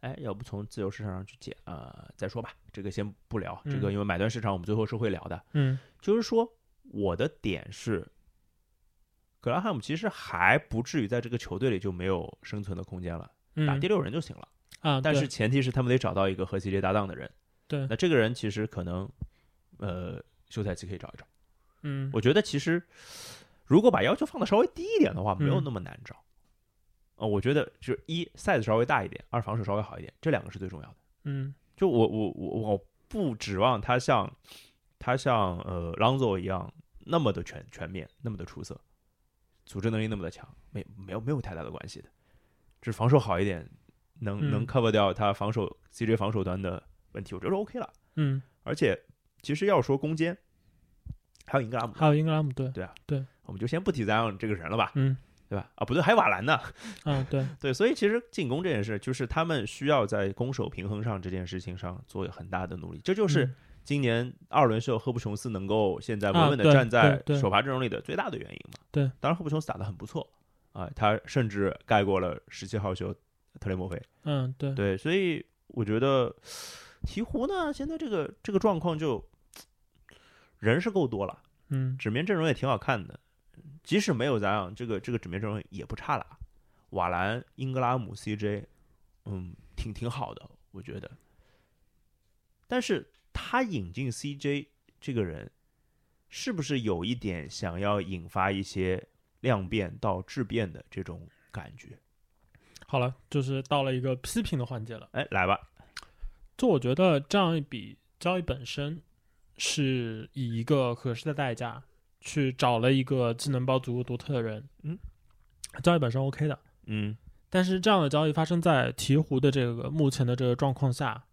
[SPEAKER 1] 哎，要不从自由市场上去捡呃再说吧，这个先不聊，这个
[SPEAKER 2] 嗯
[SPEAKER 1] 因为买断市场我们最后是会聊的。
[SPEAKER 2] 嗯
[SPEAKER 1] 就是说，我的点是，格拉汉姆其实还不至于在这个球队里就没有生存的空间了，
[SPEAKER 2] 嗯
[SPEAKER 1] 打第六人就行了。
[SPEAKER 2] 啊，
[SPEAKER 1] 但
[SPEAKER 2] 对
[SPEAKER 1] 是前提是他们得找到一个和 CJ 搭档的人。
[SPEAKER 2] 对
[SPEAKER 1] 那这个人其实可能，呃，休赛期可以找一找。
[SPEAKER 2] 嗯
[SPEAKER 1] 我觉得其实如果把要求放的稍微低一点的话，没有
[SPEAKER 2] 嗯
[SPEAKER 1] 那么难找。呃，我觉得就是一 size 稍微大一点，二防守稍微好一点，这两个是最重要的。
[SPEAKER 2] 嗯
[SPEAKER 1] 就我我我我不指望他像他像呃 Lonzo 一样那么的全全面，那么的出色，组织能力那么的强，没没有没有太大的关系的，只是防守好一点，能能
[SPEAKER 2] 嗯
[SPEAKER 1] cover 掉他防守 CJ 防守端的问题，我觉得 OK 了。
[SPEAKER 2] 嗯，
[SPEAKER 1] 而且其实要说攻坚，还有英格拉姆，
[SPEAKER 2] 还有英格拉姆队，
[SPEAKER 1] 对啊，
[SPEAKER 2] 对，
[SPEAKER 1] 我们就先不提 Zion 这个人了吧，
[SPEAKER 2] 嗯
[SPEAKER 1] 对吧？啊，不对，还有瓦兰呢，
[SPEAKER 2] 啊对，
[SPEAKER 1] 对，所以其实进攻这件事，就是他们需要在攻守平衡上这件事情上做很大的努力，这就是。
[SPEAKER 2] 嗯
[SPEAKER 1] 今年二轮秀赫布琼斯能够现在
[SPEAKER 2] 啊
[SPEAKER 1] 稳稳的
[SPEAKER 2] 对
[SPEAKER 1] 站在
[SPEAKER 2] 对对
[SPEAKER 1] 首发阵容里的最大的原因嘛。
[SPEAKER 2] 对
[SPEAKER 1] 当然赫布琼斯打得很不错啊、他甚至盖过了十七号球特雷莫菲。
[SPEAKER 2] 嗯对，
[SPEAKER 1] 对，所以我觉得鹈鹕呢，现在这个这个状况就人是够多了，
[SPEAKER 2] 嗯
[SPEAKER 1] 纸面阵容也挺好看的，即使没有咱昂，这个这个纸面阵容也不差了啊。瓦兰、英格拉姆、CJ，嗯，挺挺好的，我觉得。但是他引进 CJ 这个人，是不是有一点想要引发一些量变到质变的这种感觉？
[SPEAKER 2] 好了，就是到了一个批评的环节了。
[SPEAKER 1] 哎，来吧，
[SPEAKER 2] 就我觉得这样一笔交易本身是以一个合适的代价去找了一个技能包足够独特的人，
[SPEAKER 1] 嗯，
[SPEAKER 2] 交易本身 OK 的。
[SPEAKER 1] 嗯
[SPEAKER 2] 但是这样的交易发生在鹈鹕的这个目前的这个状况下，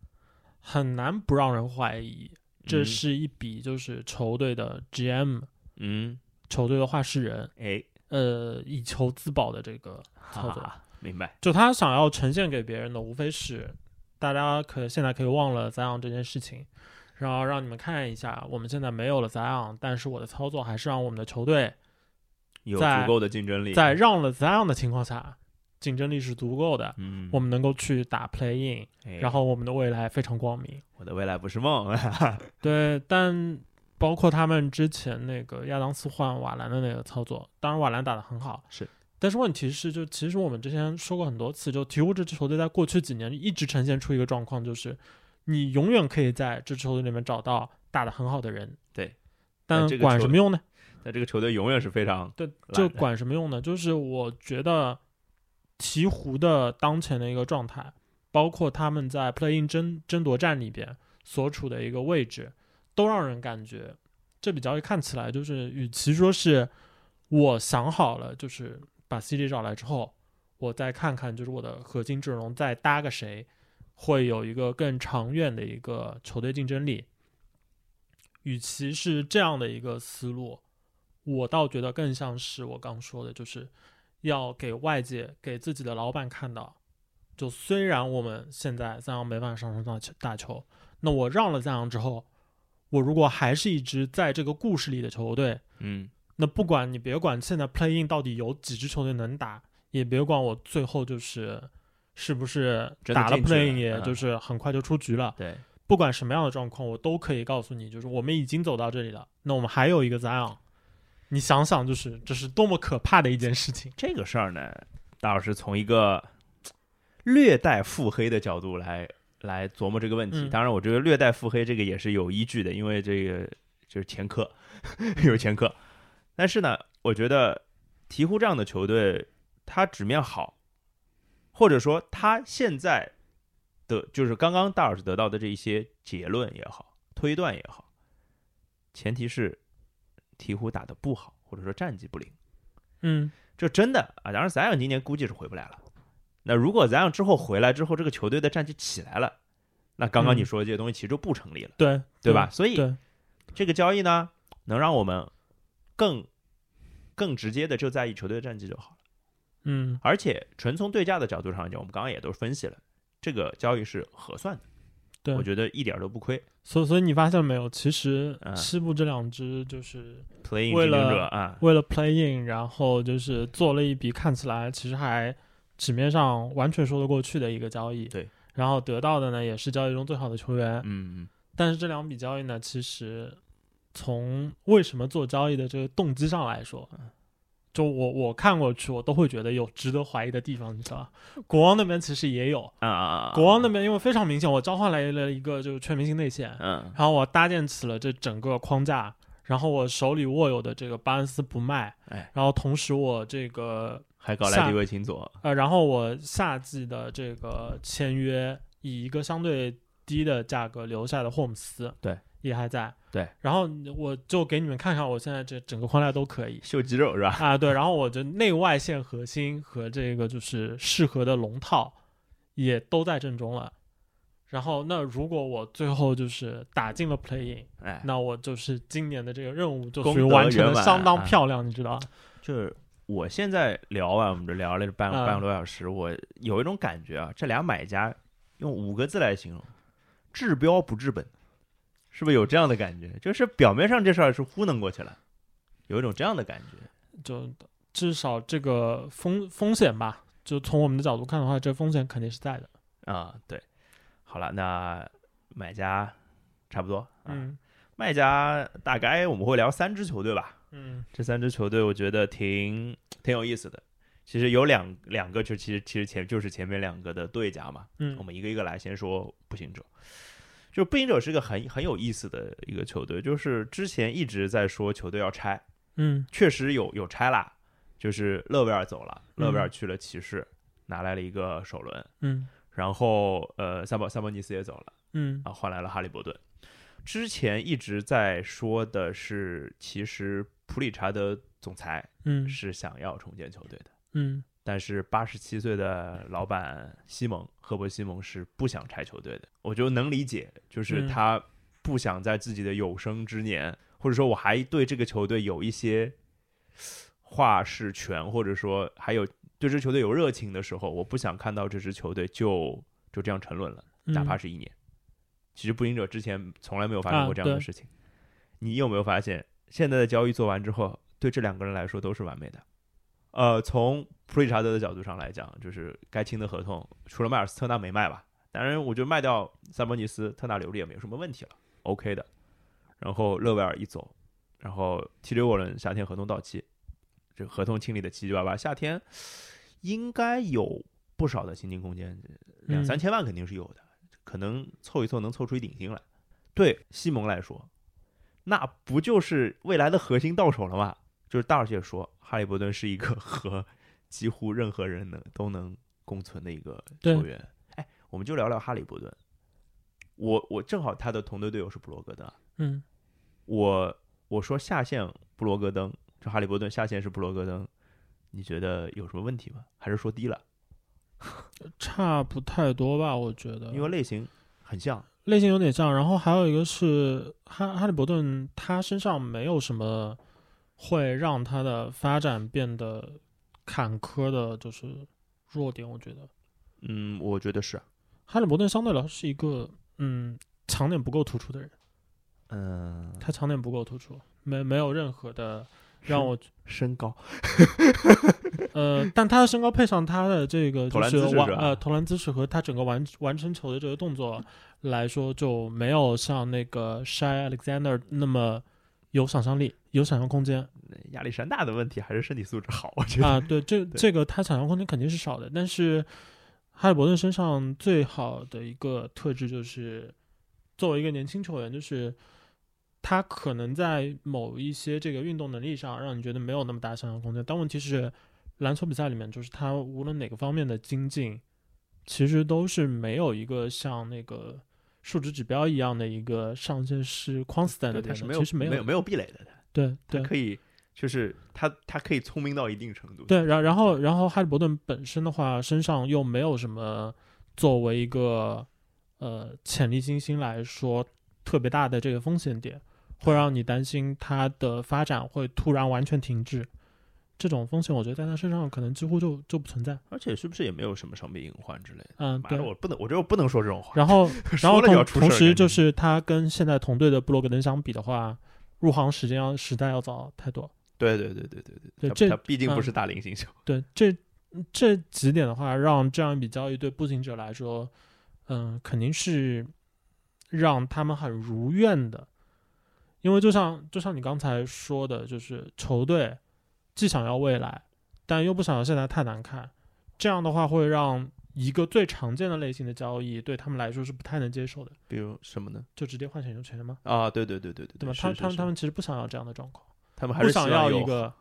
[SPEAKER 2] 很难不让人怀疑这
[SPEAKER 1] 嗯
[SPEAKER 2] 是一笔就是球队的 GM、
[SPEAKER 1] 嗯，
[SPEAKER 2] 球队的话事人，
[SPEAKER 1] 哎，
[SPEAKER 2] 呃，以球自保的这个操
[SPEAKER 1] 好
[SPEAKER 2] 作。
[SPEAKER 1] 的，明白，
[SPEAKER 2] 就他想要呈现给别人的，无非是大家可现在可以忘了 Zion 这件事情，然后让你们看一下，我们现在没有了 Zion，但是我的操作还是让我们的球队
[SPEAKER 1] 有
[SPEAKER 2] 在
[SPEAKER 1] 足够的竞争力，
[SPEAKER 2] 在让了 Zion 的情况下，竞争力是足够的，
[SPEAKER 1] 嗯，
[SPEAKER 2] 我们能够去打 Play In，
[SPEAKER 1] 哎
[SPEAKER 2] 然后我们的未来非常光明。
[SPEAKER 1] 我的未来不是梦，
[SPEAKER 2] 对，但包括他们之前那个亚当斯换瓦兰的那个操作，当然瓦兰打得很好，
[SPEAKER 1] 是。
[SPEAKER 2] 但是问题是，就其实我们之前说过很多次，就鹈鹕这支球队在过去几年一直呈现出一个状况，就是你永远可以在这支球队里面找到打得很好的人，
[SPEAKER 1] 对。
[SPEAKER 2] 但
[SPEAKER 1] 但这个
[SPEAKER 2] 管
[SPEAKER 1] 球
[SPEAKER 2] 什么用呢？
[SPEAKER 1] 但这个球队永远是非常
[SPEAKER 2] 对，
[SPEAKER 1] 懒
[SPEAKER 2] 就
[SPEAKER 1] 人
[SPEAKER 2] 管什么用呢？就是我觉得鹈鹕的当前的一个状态，包括他们在 play in 争争夺战里边所处的一个位置，都让人感觉这笔交易看起来就是，与其说是我想好了，就是把 CD 找来之后，我再看看就是我的核心阵容再搭个谁，会有一个更长远的一个球队竞争力。与其是这样的一个思路，我倒觉得更像是我刚说的，就是要给外界、给自己的老板看到，就虽然我们现在三阳没办法上升到球打球，那我让了三阳之后，我如果还是一支在这个故事里的球队，
[SPEAKER 1] 嗯
[SPEAKER 2] 那不管你别管现在 play in 到底有几支球队能打，也别管我最后就是是不是
[SPEAKER 1] 真的
[SPEAKER 2] 打了
[SPEAKER 1] 进去了
[SPEAKER 2] play in，也
[SPEAKER 1] 嗯
[SPEAKER 2] 就是很快就出局了。
[SPEAKER 1] 对，
[SPEAKER 2] 不管什么样的状况，我都可以告诉你，就是我们已经走到这里了。那我们还有一个 Zion，你想想，就是这是多么可怕的一件事情。
[SPEAKER 1] 这个事儿呢，大老师从一个略带腹黑的角度来来琢磨这个问题。
[SPEAKER 2] 嗯
[SPEAKER 1] 当然，我觉得略带腹黑这个也是有依据的，因为这个就是前科， 有前科。但是呢，我觉得鹈鹕这样的球队，它纸面好，或者说它现在的就是刚刚大老师得到的这一些结论也好，推断也好，前提是鹈鹕打得不好，或者说战绩不灵。
[SPEAKER 2] 嗯，
[SPEAKER 1] 就真的啊，当然 Zion 今年估计是回不来了。那如果 Zion 之后回来之后，这个球队的战绩起来了，那刚刚你
[SPEAKER 2] 嗯
[SPEAKER 1] 说的这些东西其实就不成立了，
[SPEAKER 2] 对，
[SPEAKER 1] 对吧？？所以
[SPEAKER 2] 对，
[SPEAKER 1] 这个交易呢，能让我们更更直接的就在意球队的战绩就好了。
[SPEAKER 2] 嗯
[SPEAKER 1] 而且纯从对价的角度上来讲，我们刚刚也都分析了，这个交易是合算的，
[SPEAKER 2] 对
[SPEAKER 1] 我觉得一点儿都不亏。
[SPEAKER 2] 所以所以你发现没有，其实
[SPEAKER 1] 嗯
[SPEAKER 2] 西部这两支就是
[SPEAKER 1] Playing
[SPEAKER 2] 为
[SPEAKER 1] 竞争
[SPEAKER 2] 了
[SPEAKER 1] 者啊，
[SPEAKER 2] 为了 play in，然后就是做了一笔看起来其实还纸面上完全说得过去的一个交易。
[SPEAKER 1] 对。
[SPEAKER 2] 然后得到的呢，也是交易中最好的球员。
[SPEAKER 1] 嗯嗯，
[SPEAKER 2] 但是这两笔交易呢，其实从为什么做交易的这个动机上来说，
[SPEAKER 1] 嗯
[SPEAKER 2] 就我我看过去，我都会觉得有值得怀疑的地方，你知道吧？国王那边其实也有，
[SPEAKER 1] 啊啊啊啊，
[SPEAKER 2] 国王那边因为非常明显，我召唤来了一个就是全明星内线，
[SPEAKER 1] 嗯
[SPEAKER 2] 然后我搭建起了这整个框架，然后我手里握有的这个巴恩斯不卖，
[SPEAKER 1] 哎，
[SPEAKER 2] 然后同时我这个
[SPEAKER 1] 还搞来
[SPEAKER 2] 下
[SPEAKER 1] 迪维琴佐，
[SPEAKER 2] 呃，然后我夏季的这个签约以一个相对低的价格留下的霍姆斯，
[SPEAKER 1] 对，
[SPEAKER 2] 也还在，
[SPEAKER 1] 对。
[SPEAKER 2] 然后我就给你们看看，我现在这整个框架都可以
[SPEAKER 1] 秀肌肉是吧？
[SPEAKER 2] 啊，对。然后我的内外线核心和这个就是适合的龙套也都在正中了。然后，那如果我最后就是打进了 play in，
[SPEAKER 1] 哎，
[SPEAKER 2] 那我就是今年的这个任务就
[SPEAKER 1] 功
[SPEAKER 2] 属于
[SPEAKER 1] 德
[SPEAKER 2] 完成
[SPEAKER 1] 圆
[SPEAKER 2] 的
[SPEAKER 1] 满
[SPEAKER 2] 相当
[SPEAKER 1] 啊
[SPEAKER 2] 漂亮，你知道吧？
[SPEAKER 1] 就是我现在聊啊，我们这聊了这半
[SPEAKER 2] 嗯
[SPEAKER 1] 半个多小时，我有一种感觉啊，这俩买家用五个字来形容，治标不治本，是不是有这样的感觉？就是表面上这事儿是糊弄过去了，有一种这样的感觉。
[SPEAKER 2] 就至少这个风风险吧，就从我们的角度看的话，这风险肯定是在的。
[SPEAKER 1] 啊、对，好了，那买家差不多，啊、，
[SPEAKER 2] 嗯
[SPEAKER 1] 卖家大概我们会聊三支球队吧，
[SPEAKER 2] 嗯
[SPEAKER 1] 这三支球队我觉得挺挺有意思的。其实有两两个就其实其实前就是前面两个的对家嘛，我
[SPEAKER 2] 嗯
[SPEAKER 1] 们一个一个来，先说步行者。就步行者是一个很很有意思的一个球队，就是之前一直在说球队要拆，
[SPEAKER 2] 嗯
[SPEAKER 1] 确实有有拆啦，就是勒维尔走了，勒维尔
[SPEAKER 2] 嗯
[SPEAKER 1] 去了骑士，拿来了一个首轮，
[SPEAKER 2] 嗯
[SPEAKER 1] 然后呃，萨博萨博尼斯也走了，
[SPEAKER 2] 嗯
[SPEAKER 1] 啊，换来了哈利伯顿。之前一直在说的是，其实普里查德总裁
[SPEAKER 2] 嗯
[SPEAKER 1] 是想要重建球队的，
[SPEAKER 2] 嗯
[SPEAKER 1] 但是八十七岁的老板西蒙赫伯西蒙是不想拆球队的，我就能理解，就是
[SPEAKER 2] 嗯
[SPEAKER 1] 他不想在自己的有生之年，或者说我还对这个球队有一些话事权，或者说还有对这支球队有热情的时候，我不想看到这支球队就就这样沉沦了。
[SPEAKER 2] 嗯，
[SPEAKER 1] 哪怕是一年。其实步行者之前从来没有发生过这样
[SPEAKER 2] 啊
[SPEAKER 1] 的
[SPEAKER 2] 对
[SPEAKER 1] 事情。你有没有发现，现在的交易做完之后，对这两个人来说都是完美的？呃，从普里查德的角度上来讲，就是该签的合同，除了迈尔斯特纳没卖吧，当然我觉得卖掉萨博尼斯、特纳留着也没有什么问题了，OK 的。然后勒维尔一走，然后 TJ 沃伦夏天合同到期，这个合同清理的七七八八，夏天应该有不少的薪金空间，两三
[SPEAKER 2] 嗯
[SPEAKER 1] 千万肯定是有的，可能凑一凑能凑出一顶薪来。对西蒙来说，那不就是未来的核心到手了吗？就是大姐说，哈利伯顿是一个 和几乎任何人能都能共存的一个
[SPEAKER 2] 对
[SPEAKER 1] 球员。哎，我们就聊聊哈利伯顿。我我正好他的啊同队队友是布罗格登，
[SPEAKER 2] 嗯
[SPEAKER 1] 我我说下线布罗格登，就哈利伯顿下线是布罗格登，你觉得有什么问题吗？还是说低了？
[SPEAKER 2] 差不太多吧，我觉得，
[SPEAKER 1] 因为类型很像，
[SPEAKER 2] 类型有点像。然后还有一个是哈哈利伯顿，他身上没有什么会让他的发展变得坎坷的，就是弱点。我觉得
[SPEAKER 1] 嗯，我觉得是，
[SPEAKER 2] 哈利伯顿相对来说是一个嗯强点不够突出的人，
[SPEAKER 1] 嗯，
[SPEAKER 2] 他强点不够突出，没没有任何的让我
[SPEAKER 1] 身高，
[SPEAKER 2] 呃，但他的身高配上他的这个
[SPEAKER 1] 投
[SPEAKER 2] 就
[SPEAKER 1] 篮
[SPEAKER 2] 是
[SPEAKER 1] 姿势
[SPEAKER 2] 完
[SPEAKER 1] 是吧
[SPEAKER 2] 呃投篮姿势和他整个完完成球的这个动作来说，就没有像那个 Shy Alexander 那么有想象力、有想象空间
[SPEAKER 1] 亚历山大的问题还是身体素质好，我觉得，
[SPEAKER 2] 啊。对，这这个他想象空间肯定是少的，但是哈利伯顿身上最好的一个特质就是，作为一个年轻球员，就是他可能在某一些这个运动能力上让你觉得没有那么大想象空间，但问题是，篮球比赛里面就是他无论哪个方面的精进，其实都是没有一个像那个数值指标一样的一个上限是 constant 的
[SPEAKER 1] 对，他是没有
[SPEAKER 2] 其实没
[SPEAKER 1] 没
[SPEAKER 2] 有
[SPEAKER 1] 有没有壁垒的，
[SPEAKER 2] 对对
[SPEAKER 1] 他可以就是他他可以聪明到一定程度，
[SPEAKER 2] 对，然然后然后哈利伯顿本身的话，身上又没有什么作为一个呃潜力新星来说特别大的这个风险点，会让你担心他的发展会突然完全停滞。这种风险，我觉得在他身上可能几乎就就不存在。
[SPEAKER 1] 而且是不是也没有什么伤病隐患之类的？
[SPEAKER 2] 嗯，
[SPEAKER 1] 妈
[SPEAKER 2] 对
[SPEAKER 1] 的，。我不能，我觉得我不能说这种话。
[SPEAKER 2] 然 后，然后
[SPEAKER 1] 说了就要
[SPEAKER 2] 同
[SPEAKER 1] 出
[SPEAKER 2] 同
[SPEAKER 1] 事儿
[SPEAKER 2] 时
[SPEAKER 1] 感觉
[SPEAKER 2] 就是他跟现在同队的布罗格登相比的话，入行时间要时代要早太多。
[SPEAKER 1] 对对对对对
[SPEAKER 2] 对
[SPEAKER 1] 他
[SPEAKER 2] 这
[SPEAKER 1] 他毕竟不
[SPEAKER 2] 嗯
[SPEAKER 1] 是大龄新秀，
[SPEAKER 2] 对，这这几点的话，让这样一笔交易对步行者来说，嗯，肯定是让他们很如愿的，因为就像就像你刚才说的，就是球队既想要未来，但又不想要现在太难看，这样的话会让一个最常见的类型的交易对他们来说是不太能接受的，
[SPEAKER 1] 比如什么呢？
[SPEAKER 2] 就直接换选秀权嘛，
[SPEAKER 1] 啊，对对对对对
[SPEAKER 2] 对吧？
[SPEAKER 1] 是
[SPEAKER 2] 他
[SPEAKER 1] 是
[SPEAKER 2] 他们
[SPEAKER 1] 是
[SPEAKER 2] 他们其实不想要这样的状况。
[SPEAKER 1] 他们还
[SPEAKER 2] 不
[SPEAKER 1] 是
[SPEAKER 2] 想
[SPEAKER 1] 希望
[SPEAKER 2] 要
[SPEAKER 1] 有
[SPEAKER 2] 一个，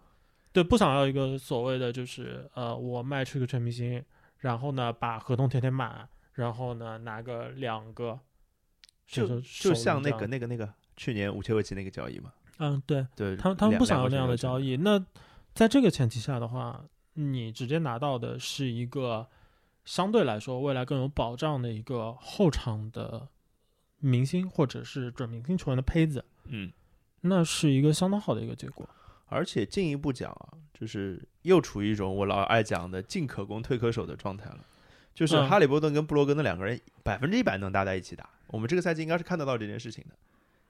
[SPEAKER 2] 对，不想要一个所谓的就是呃，我卖出一个全明星，然后呢把合同填填满，然后呢拿个两个选
[SPEAKER 1] 就
[SPEAKER 2] 手，
[SPEAKER 1] 就像那
[SPEAKER 2] 首
[SPEAKER 1] 个
[SPEAKER 2] 轮
[SPEAKER 1] 那个那个去年五切维奇那个交易嘛，
[SPEAKER 2] 这样，嗯，对
[SPEAKER 1] 对，
[SPEAKER 2] 他们他们
[SPEAKER 1] 两
[SPEAKER 2] 不想要那样的交，易。那在这个前提下的话，你直接拿到的是一个相对来说未来更有保障的一个后场的明星或者是准明星球员的胚子，
[SPEAKER 1] 两个嗯，
[SPEAKER 2] 那是一个相当好的一个结果。
[SPEAKER 1] 而且进一步讲啊，就是又处于一种我老爱讲的进可攻退可守的状态了，就是
[SPEAKER 2] 嗯
[SPEAKER 1] 哈利伯顿跟布罗格那两个人百分之一百能搭在一起打，我们这个赛季应该是看得到这件事情的，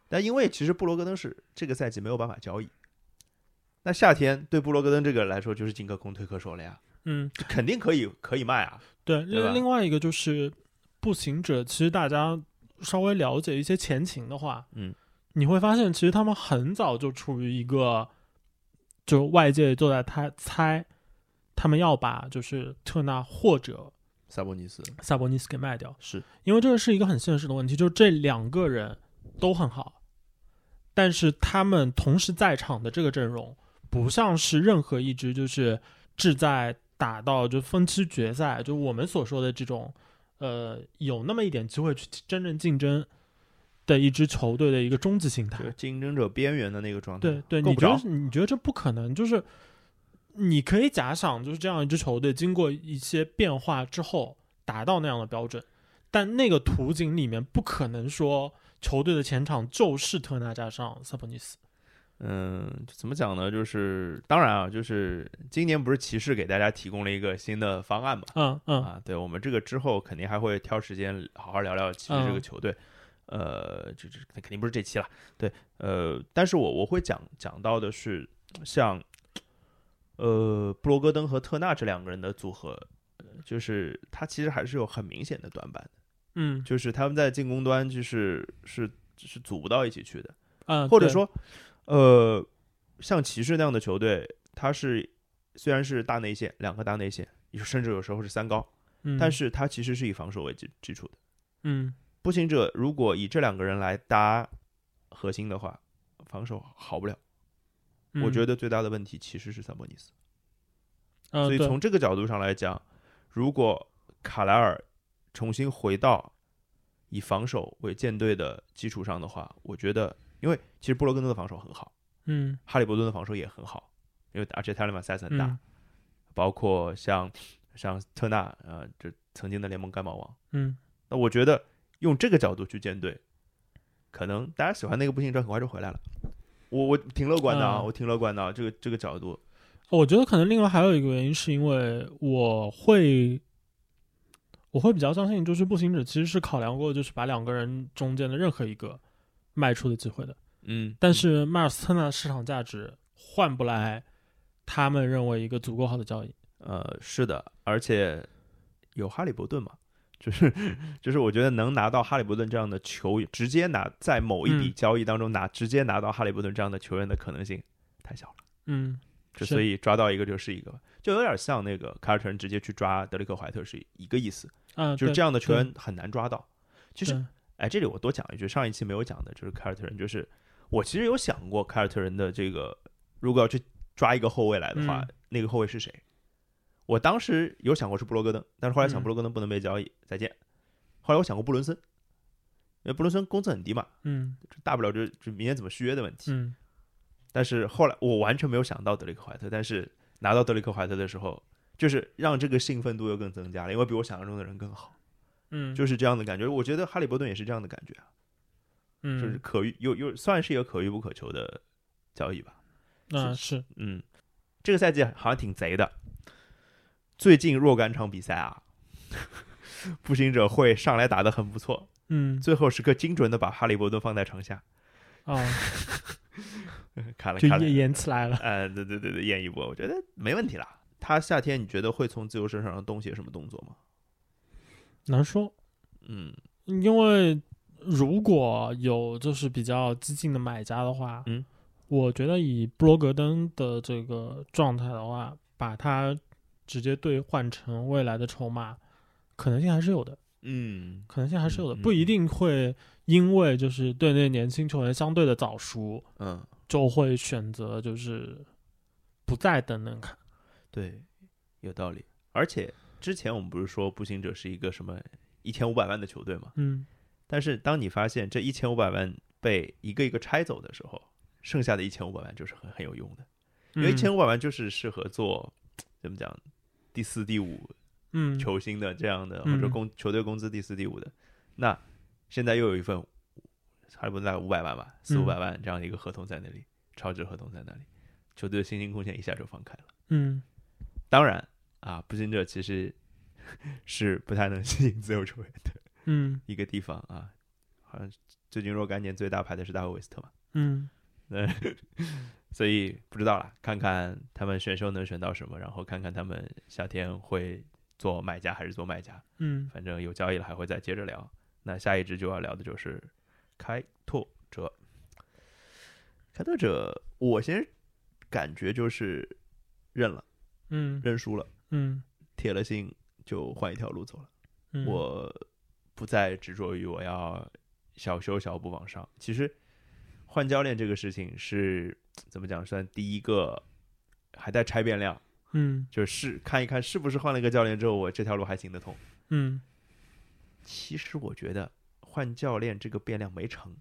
[SPEAKER 1] 但因为其实布罗格登是这个赛季没有办法交易。那夏天对布罗格登这个来说就是进可攻退可守了呀，
[SPEAKER 2] 嗯，
[SPEAKER 1] 这肯定可以可以卖啊，
[SPEAKER 2] 对，
[SPEAKER 1] 吧
[SPEAKER 2] 另另外一个就是步行者，其实大家稍微了解一些前情的话，
[SPEAKER 1] 嗯，
[SPEAKER 2] 你会发现其实他们很早就处于一个，就外界都在他猜他们要把就是特纳或者
[SPEAKER 1] 萨博尼斯
[SPEAKER 2] 萨博尼斯给卖掉，
[SPEAKER 1] 是
[SPEAKER 2] 因为这个是一个很现实的问题，就是这两个人都很好，但是他们同时在场的这个阵容，不像是任何一支就是志在打到就分区决赛，就我们所说的这种，呃，有那么一点机会去真正竞争的一支球队的一个终极形态
[SPEAKER 1] 就是。竞争者边缘的那个状态，
[SPEAKER 2] 对对，
[SPEAKER 1] 够
[SPEAKER 2] 你
[SPEAKER 1] 不
[SPEAKER 2] 觉
[SPEAKER 1] 着
[SPEAKER 2] 得你觉得这不可能？就是你可以假想，就是这样一支球队经过一些变化之后达到那样的标准，但那个图景里面不可能说球队的前场就是特纳加上萨博尼斯。
[SPEAKER 1] 嗯，怎么讲呢？就是当然啊，就是今年不是骑士给大家提供了一个新的方案嘛？
[SPEAKER 2] 嗯嗯
[SPEAKER 1] 啊，对我们这个之后肯定还会挑时间好好聊聊骑士这个
[SPEAKER 2] 嗯
[SPEAKER 1] 球队。呃，这这肯定不是这期了，对，呃，但是我我会讲讲到的是像，呃，布罗戈登和特纳这两个人的组合，呃就是他其实还是有很明显的短板的，
[SPEAKER 2] 嗯
[SPEAKER 1] 就是他们在进攻端就是是是组不到一起去的，
[SPEAKER 2] 嗯，
[SPEAKER 1] 或者
[SPEAKER 2] 对
[SPEAKER 1] 说，呃，像骑士那样的球队，它是虽然是大内线，两个大内线，甚至有时候是三高，
[SPEAKER 2] 嗯
[SPEAKER 1] 但是它其实是以防守为基基础的。
[SPEAKER 2] 嗯
[SPEAKER 1] 步行者如果以这两个人来搭核心的话，防守好不了。我觉
[SPEAKER 2] 得，
[SPEAKER 1] 得最大的问题其实是萨博尼斯。
[SPEAKER 2] 嗯
[SPEAKER 1] 所以
[SPEAKER 2] 对
[SPEAKER 1] 从这个角度上来讲，如果卡莱尔重新回到以防守为舰队的基础上的话，我觉得，因为其实布罗根顿的防守很好。
[SPEAKER 2] 嗯
[SPEAKER 1] 哈利伯顿的防守也很好，因为而且泰勒马塞斯很大，
[SPEAKER 2] 嗯
[SPEAKER 1] 包括像像特纳，呃，这曾经的联盟干毛王。
[SPEAKER 2] 嗯
[SPEAKER 1] 那我觉得用这个角度去建队，可能大家喜欢那个步行者很快就回来了。我我挺乐观的啊，
[SPEAKER 2] 嗯
[SPEAKER 1] 我挺乐观的、啊，这个这个角度，
[SPEAKER 2] 我觉得可能另外还有一个原因，是因为我会，我会比较相信，就是步行者其实是考量过，就是把两个人中间的任何一个卖出的机会的。
[SPEAKER 1] 嗯，
[SPEAKER 2] 但是迈尔斯特纳的市场价值换不来他们认为一个足够好的交易。
[SPEAKER 1] 呃，是的，而且有哈利伯顿嘛，就是就是，我觉得能拿到哈利伯顿这样的球员，直接拿在某一笔
[SPEAKER 2] 嗯
[SPEAKER 1] 交易当中拿、直接拿到哈利伯顿这样的球员的可能性太小了。
[SPEAKER 2] 嗯
[SPEAKER 1] 就是所以抓到一个就是一个吧，就有点像那个凯尔特人直接去抓德里克怀特是一个意思，
[SPEAKER 2] 啊，
[SPEAKER 1] 就是这
[SPEAKER 2] 样。
[SPEAKER 1] 样的球员很难抓到。其实，
[SPEAKER 2] 对
[SPEAKER 1] 哎，这里我多讲一句，上一期没有讲的就是凯尔特人，就是我其实有想过凯尔特人的这个，如果要去抓一个后卫来的话，
[SPEAKER 2] 嗯
[SPEAKER 1] 那个后卫是谁？我当时有想过是布罗戈登，但是后来想
[SPEAKER 2] 嗯
[SPEAKER 1] 布罗戈登不能被交易，再见。后来我想过布伦森，因为布伦森工资很低嘛，
[SPEAKER 2] 嗯
[SPEAKER 1] 就大不了就就明年怎么续约的问题。
[SPEAKER 2] 嗯
[SPEAKER 1] 但是后来我完全没有想到德里克怀特，但是拿到德里克怀特的时候，就是让这个兴奋度又更增加了，因为比我想象中的人更好，
[SPEAKER 2] 嗯，
[SPEAKER 1] 就是这样的感觉。我觉得哈利伯顿也是这样的感觉啊，
[SPEAKER 2] 嗯
[SPEAKER 1] 就是可遇又又算是一个可遇不可求的交易吧。
[SPEAKER 2] 啊是
[SPEAKER 1] 嗯，这个赛季好像挺贼的，最近若干场比赛啊， 步行者会上来打得很不错，
[SPEAKER 2] 嗯
[SPEAKER 1] 最后时刻精准的把哈利伯顿放在场下，
[SPEAKER 2] 啊，
[SPEAKER 1] 看了
[SPEAKER 2] 就
[SPEAKER 1] 看了
[SPEAKER 2] 延延迟 来了。
[SPEAKER 1] 呃，对对对对，验一波，我觉得没问题啦。他夏天你觉得会从自由身上东些什么动作吗？
[SPEAKER 2] 难说，
[SPEAKER 1] 嗯
[SPEAKER 2] 因为如果有就是比较激进的买家的话，
[SPEAKER 1] 嗯，
[SPEAKER 2] 我觉得以布罗格登的这个状态的话，把它直接兑换成未来的筹码，可能性还是有的，
[SPEAKER 1] 嗯
[SPEAKER 2] 可能性还是有的，
[SPEAKER 1] 嗯嗯
[SPEAKER 2] 不一定会因为就是队内年轻球员相对的早熟，
[SPEAKER 1] 嗯，
[SPEAKER 2] 就会选择就是不再等等看。
[SPEAKER 1] 对，有道理。而且之前我们不是说步行者是一个什么一千五百万的球队吗？
[SPEAKER 2] 嗯
[SPEAKER 1] 但是当你发现这一千五百万被一个一个拆走的时候，剩下的一千五百万就是很很有用的，因为一
[SPEAKER 2] 嗯
[SPEAKER 1] 千五百万就是适合做怎么讲第四、第五
[SPEAKER 2] 嗯
[SPEAKER 1] 球星的这样的，或者
[SPEAKER 2] 嗯
[SPEAKER 1] 工球队工资第四、第五的，那现在又有一份差不多大概五百万吧，四五
[SPEAKER 2] 嗯
[SPEAKER 1] 百万这样的一个合同在那里，超值合同在那里，球队的薪金空间一下就放开了。
[SPEAKER 2] 嗯
[SPEAKER 1] 当然啊，步行者其实 是不太能吸引自由球员的
[SPEAKER 2] 嗯
[SPEAKER 1] 一个地方啊，好像最近若干年最大牌的是大卫韦斯特嘛，
[SPEAKER 2] 嗯
[SPEAKER 1] 那所以不知道啦，看看他们选秀能选到什么，然后看看他们夏天会做买家还是做卖家。
[SPEAKER 2] 嗯
[SPEAKER 1] 反正有交易了还会再接着聊。那下一支就要聊的就是开拓者。开拓者，我先感觉就是认了，
[SPEAKER 2] 嗯
[SPEAKER 1] 认输了，
[SPEAKER 2] 嗯
[SPEAKER 1] 铁了心就换一条路走了。
[SPEAKER 2] 嗯
[SPEAKER 1] 我不再执着于我要小修小补往上。其实换教练这个事情是怎么讲，算第一个还在拆变量，
[SPEAKER 2] 嗯
[SPEAKER 1] 就是看一看是不是换了一个教练之后，我这条路还行得通。
[SPEAKER 2] 嗯
[SPEAKER 1] 其实我觉得换教练这个变量没成，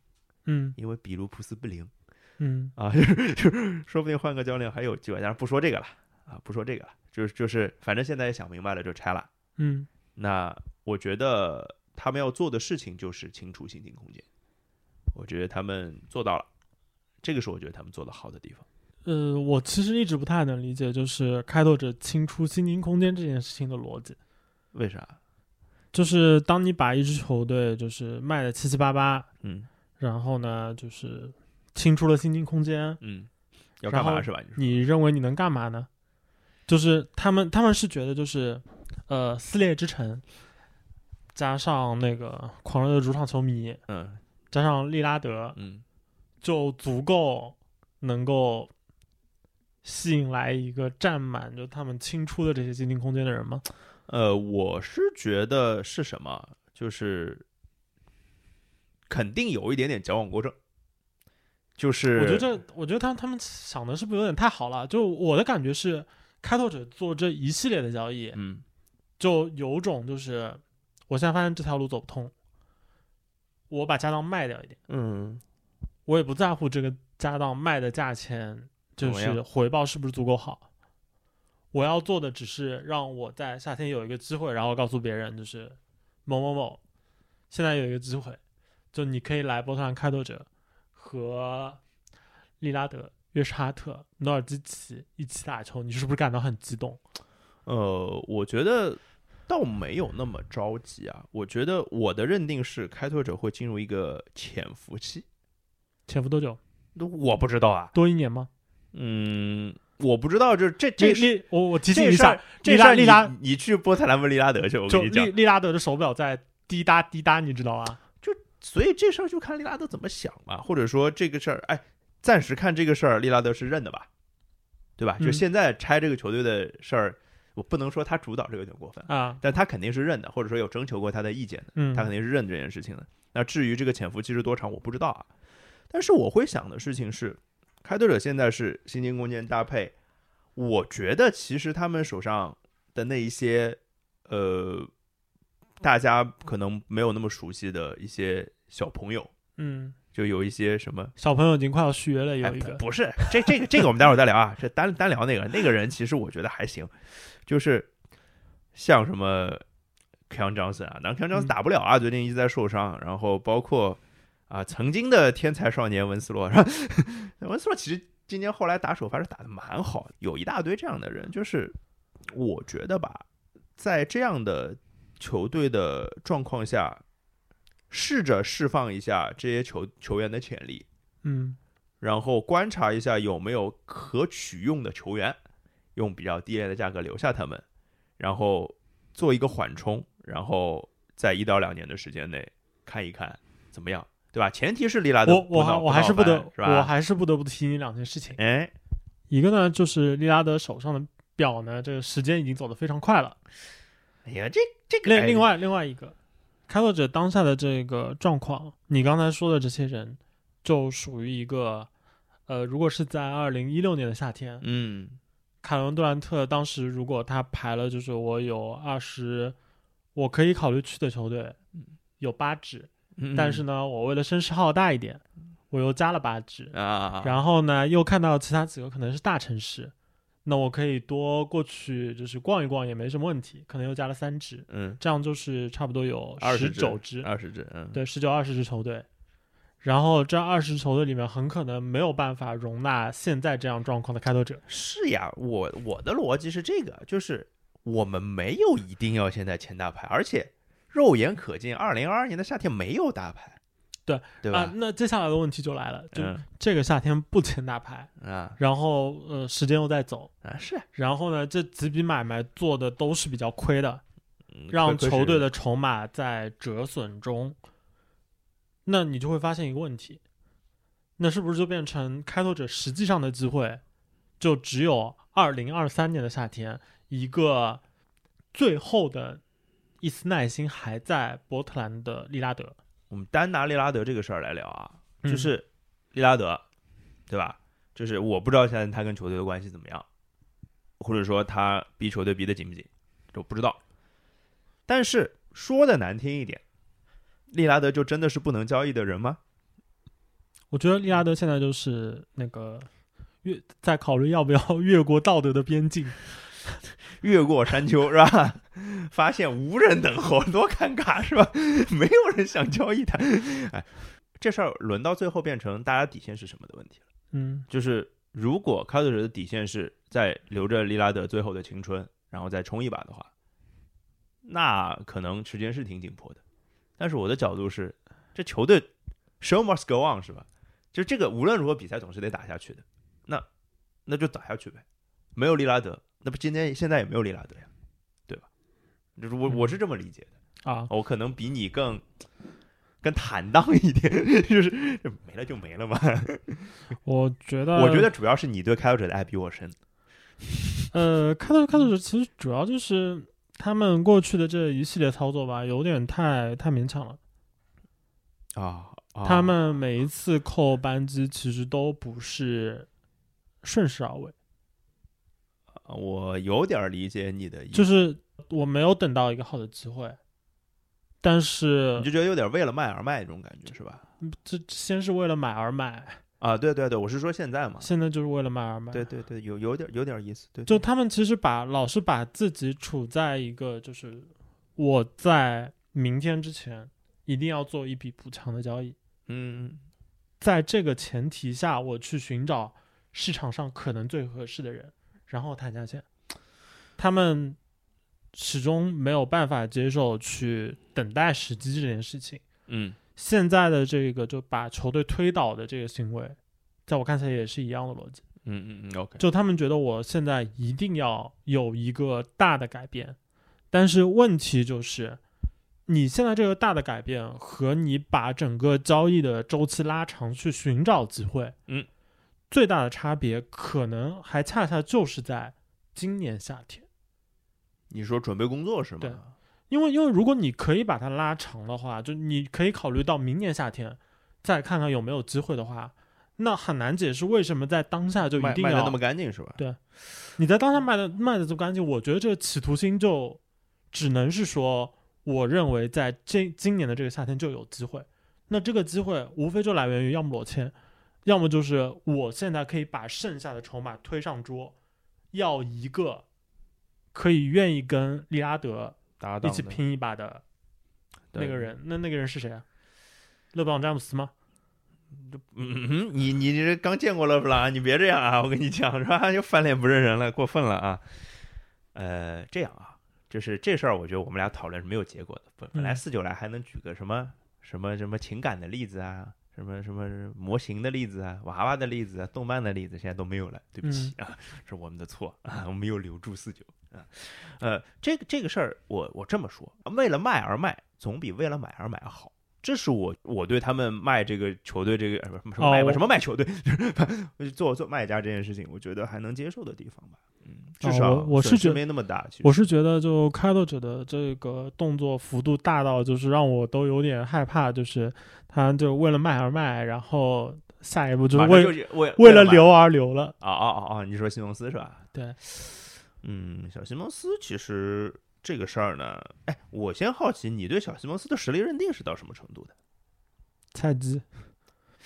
[SPEAKER 2] 嗯
[SPEAKER 1] 因为比卢普斯不灵
[SPEAKER 2] 嗯
[SPEAKER 1] 啊，就是就是说不定换个教练还有机会。当然不说这个了啊，不说这个了，就是就是反正现在也想明白了就拆了。
[SPEAKER 2] 嗯
[SPEAKER 1] 那我觉得他们要做的事情就是清除心情空间，我觉得他们做到了，这个是我觉得他们做的好的地方。
[SPEAKER 2] 呃，我其实一直不太能理解，就是开拓者清出心灵空间这件事情的逻辑。
[SPEAKER 1] 为啥？
[SPEAKER 2] 就是当你把一支球队就是卖的七七八八，
[SPEAKER 1] 嗯
[SPEAKER 2] 然后呢，就是清出了薪金空间，
[SPEAKER 1] 嗯，要干
[SPEAKER 2] 然
[SPEAKER 1] 嘛
[SPEAKER 2] 后
[SPEAKER 1] 是吧？你说
[SPEAKER 2] 你认为你能干嘛呢？就是他们他们是觉得就是，呃，撕裂之城，加上那个狂热的主场球迷，
[SPEAKER 1] 嗯
[SPEAKER 2] 加上利拉德，
[SPEAKER 1] 嗯
[SPEAKER 2] 就足够能够吸引来一个占满就他们清出的这些薪金空间的人吗？
[SPEAKER 1] 呃，我是觉得是什么，就是肯定有一点点矫枉过正，就是
[SPEAKER 2] 我觉得这，我觉得他他们想的是不是有点太好了？就我的感觉是，开拓者做这一系列的交易，
[SPEAKER 1] 嗯
[SPEAKER 2] 就有种就是，我现在发现这条路走不通，我把家当卖掉一点，
[SPEAKER 1] 嗯
[SPEAKER 2] 我也不在乎这个家当卖的价钱，就
[SPEAKER 1] 怎么
[SPEAKER 2] 是回报是不是足够好。我要做的只是让我在夏天有一个机会，然后告诉别人就是某某某，现在有一个机会，就你可以来波特兰开拓者和利拉德、约什哈特、努尔基奇一起打球，你是不是感到很激动？
[SPEAKER 1] 呃，我觉得倒没有那么着急啊。我觉得我的认定是开拓者会进入一个潜伏期，
[SPEAKER 2] 潜伏多久？
[SPEAKER 1] 我不知道啊。
[SPEAKER 2] 多一年吗？
[SPEAKER 1] 嗯，我不知道，就是这
[SPEAKER 2] 这
[SPEAKER 1] 这事
[SPEAKER 2] 利我我提醒
[SPEAKER 1] 这
[SPEAKER 2] 一
[SPEAKER 1] 事
[SPEAKER 2] 下
[SPEAKER 1] 儿，，这
[SPEAKER 2] 利
[SPEAKER 1] 事
[SPEAKER 2] 拉
[SPEAKER 1] 儿你
[SPEAKER 2] 利拉
[SPEAKER 1] 你去波特兰问利拉德去，我
[SPEAKER 2] 就
[SPEAKER 1] 跟你讲
[SPEAKER 2] 利。利拉德的手表在滴答滴答，你知道吧？
[SPEAKER 1] 所以这事儿就看利拉德怎么想嘛，或者说这个事儿，哎，暂时看这个事儿，利拉德是认的吧，对吧？
[SPEAKER 2] 嗯
[SPEAKER 1] 就现在拆这个球队的事儿，我不能说他主导，这个有点过分，
[SPEAKER 2] 啊，
[SPEAKER 1] 但他肯定是认的，或者说有征求过他的意见的。
[SPEAKER 2] 嗯，
[SPEAKER 1] 他肯定是认这件事情的。那至于这个潜伏期是多长，我不知道啊。但是我会想的事情是，开拓者现在是薪金空间搭配，我觉得其实他们手上的那一些，呃，大家可能没有那么熟悉的一些小朋友，
[SPEAKER 2] 嗯，
[SPEAKER 1] 就有一些什么。
[SPEAKER 2] 小朋友已经快要续约了，
[SPEAKER 1] 哎，
[SPEAKER 2] 有一
[SPEAKER 1] 不
[SPEAKER 2] 个，
[SPEAKER 1] 不是这这个这个我们待会儿再聊啊，这单单聊那个那个人，其实我觉得还行，就是像什么 k a n Johnson 啊，当然 k a n Johnson
[SPEAKER 2] 嗯
[SPEAKER 1] 打不了啊，最近一直在受伤，然后包括啊曾经的天才少年文斯洛，是吧 文斯洛其实今年后来打首发是打的蛮好，有一大堆这样的人，就是我觉得吧，在这样的球队的状况下，试着释放一下这些球球员的潜力，
[SPEAKER 2] 嗯
[SPEAKER 1] 然后观察一下有没有可取用的球员，用比较低廉的价格留下他们，然后做一个缓冲，然后在一到两年的时间内看一看怎么样，对吧？前提是利拉德
[SPEAKER 2] 我我还
[SPEAKER 1] 闹
[SPEAKER 2] 我还是
[SPEAKER 1] 不
[SPEAKER 2] 不
[SPEAKER 1] 闹
[SPEAKER 2] 得
[SPEAKER 1] 翻，是
[SPEAKER 2] 我
[SPEAKER 1] 吧？
[SPEAKER 2] 还是不得不提你两件事情，
[SPEAKER 1] 哎，
[SPEAKER 2] 一个呢就是利拉德手上的表呢，这个时间已经走得非常快了，
[SPEAKER 1] 哎呀，这这个哎
[SPEAKER 2] 另另外另外一个，开拓者当下的这个状况，你刚才说的这些人，就属于一个，呃，如果是在二零一六年的夏天，
[SPEAKER 1] 嗯
[SPEAKER 2] 凯文杜兰特当时如果他排了，就是我有二十，我可以考虑去的球队有八支，
[SPEAKER 1] 嗯
[SPEAKER 2] 但是呢，我为了声势浩大一点，我又加了八支，
[SPEAKER 1] 啊，
[SPEAKER 2] 然后呢，又看到其他几个可能是大城市，那我可以多过去就是逛一逛也没什么问题，可能又加了三支，
[SPEAKER 1] 嗯，
[SPEAKER 2] 这样就是差不多有
[SPEAKER 1] 20
[SPEAKER 2] 十
[SPEAKER 1] 支
[SPEAKER 2] 九支，
[SPEAKER 1] 二十支，嗯，
[SPEAKER 2] 对，十九二十支球队。然后这二十球队里面很可能没有办法容纳现在这样状况的开拓者，
[SPEAKER 1] 是呀，我我的逻辑是这个，就是我们没有一定要现在签大牌，而且肉眼可见，二零二二年的夏天没有大牌，
[SPEAKER 2] 对
[SPEAKER 1] 对
[SPEAKER 2] 啊
[SPEAKER 1] 吧？？
[SPEAKER 2] 那接下来的问题就来了，就
[SPEAKER 1] 嗯
[SPEAKER 2] 这个夏天不签大牌，
[SPEAKER 1] 啊
[SPEAKER 2] 然后呃时间又在走，
[SPEAKER 1] 啊是，
[SPEAKER 2] 然后呢这几笔买卖做的都是比较亏的，
[SPEAKER 1] 嗯
[SPEAKER 2] 让球队，
[SPEAKER 1] 亏
[SPEAKER 2] 的筹码在折损中，那你就会发现一个问题，那是不是就变成开拓者实际上的机会，就只有二零二三年的夏天一个最后的一丝耐心还在波特兰的利拉德，
[SPEAKER 1] 我们单拿利拉德这个事儿来聊啊，
[SPEAKER 2] 嗯
[SPEAKER 1] 就是利拉德，对吧？就是我不知道现在他跟球队的关系怎么样，或者说他逼球队逼得紧不紧，我不知道。但是说的难听一点，利拉德就真的是不能交易的人吗？
[SPEAKER 2] 我觉得利拉德现在就是那个越在考虑要不要 越过道德的边境。
[SPEAKER 1] 越过山丘 是吧？发现无人等候，多尴尬是吧？ 没有人想交易他。哎，这事儿轮到最后变成大家底线是什么的问题了。
[SPEAKER 2] 嗯
[SPEAKER 1] 就是如果卡特尔的底线是在留着利拉德最后的青春，然后再冲一把的话，那可能时间是挺紧迫的。但是我的角度是，这球队 show must go on 是吧？就这个无论如何比赛总是得打下去的，那那就打下去呗。没有利拉德，那不今天现在也没有利拉德呀，对吧？就是我我是这么理解的。
[SPEAKER 2] 啊，
[SPEAKER 1] 我可能比你更更坦荡一点， 就是就没了就没了嘛。
[SPEAKER 2] 我觉得，
[SPEAKER 1] 我觉得主要是你对开拓者的爱比我深。
[SPEAKER 2] 呃，开拓开拓者其实主要就是他们过去的这一系列操作吧，有点太太勉强了。
[SPEAKER 1] 啊、
[SPEAKER 2] 他们每一次扣扳机其实都不是顺势而为，
[SPEAKER 1] 我有点理解你的意思，
[SPEAKER 2] 就是我没有等到一个好的机会，但是嗯
[SPEAKER 1] 你就觉得有点为了卖而卖这种感觉是吧？
[SPEAKER 2] 这先是为了买而买，
[SPEAKER 1] 啊，对对对，我是说现在嘛，
[SPEAKER 2] 现在就是为了买而买。
[SPEAKER 1] 啊对对对，有有点有点意思，对，
[SPEAKER 2] 就他们其实把老是把自己处在一个就是我在明天之前一定要做一笔补强的交易，
[SPEAKER 1] 嗯，
[SPEAKER 2] 在这个前提下，我去寻找市场上可能最合适的人，然后谈价钱。他们始终没有办法接受去等待时机这件事情。
[SPEAKER 1] 嗯
[SPEAKER 2] 现在的这个就把球队推倒的这个行为，在我看起来也是一样的逻辑。
[SPEAKER 1] 嗯嗯嗯，OK，
[SPEAKER 2] 就他们觉得我现在一定要有一个大的改变，但是问题就是，你现在这个大的改变和你把整个交易的周期拉长去寻找机会，
[SPEAKER 1] 嗯，
[SPEAKER 2] 最大的差别可能还恰恰就是在今年夏天，
[SPEAKER 1] 你说准备工作是吗？
[SPEAKER 2] 对因为因为如果你可以把它拉长的话，就你可以考虑到明年夏天再看看有没有机会的话，那很难解释为什么在当下就一
[SPEAKER 1] 卖
[SPEAKER 2] 定
[SPEAKER 1] 卖的
[SPEAKER 2] 要
[SPEAKER 1] 那么干净是吧？
[SPEAKER 2] 对你在当下卖的卖的这么干净，我觉得这个企图心就只能是说，我认为在这今年的这个夏天就有机会。那这个机会无非就来源于要么裸签，要么就是我现在可以把剩下的筹码推上桌，要一个可以愿意跟利拉德
[SPEAKER 1] 搭
[SPEAKER 2] 一
[SPEAKER 1] 档
[SPEAKER 2] 起
[SPEAKER 1] 的
[SPEAKER 2] 拼一把的那个，人。那那个人是谁啊？勒布朗詹姆斯吗？
[SPEAKER 1] 对嗯嗯，你你这刚见过勒布朗，你别这样啊！我跟你讲，是吧？又翻脸不认人了，过分了啊！呃，这样啊，就是这事儿，我觉得我们俩讨论是没有结果的。本本来
[SPEAKER 2] 嗯
[SPEAKER 1] 四九来还能举个什么什么什么情感的例子啊，什么什么模型的例子啊，娃娃的例子啊，动漫的例子，现在都没有了，对不起啊， 是我们的错啊，我们没有留住四九啊。呃，这个这个事儿，我我这么说，为了卖而卖，总比为了买而买好。这是我我对他们卖这个球队这个呃不是什么
[SPEAKER 2] 哦
[SPEAKER 1] 卖吧、
[SPEAKER 2] 我
[SPEAKER 1] 什么卖球队，就是做做卖家这件事情，我觉得还能接受的地方吧。嗯，至
[SPEAKER 2] 哦
[SPEAKER 1] 少、
[SPEAKER 2] 我我是觉
[SPEAKER 1] 没那么大。其实
[SPEAKER 2] 我是觉得，就开拓者的这个动作幅度大到，就是让我都有点害怕，就是他就为了卖而卖，然后下一步就是
[SPEAKER 1] 马
[SPEAKER 2] 为
[SPEAKER 1] 上就为
[SPEAKER 2] 为了
[SPEAKER 1] 买
[SPEAKER 2] 留而留了。
[SPEAKER 1] 啊啊啊啊！你说西蒙斯是吧？
[SPEAKER 2] 对，
[SPEAKER 1] 嗯，小西蒙斯其实这个事儿呢，哎，我先好奇你对小西蒙斯的实力认定是到什么程度的？
[SPEAKER 2] 菜鸡，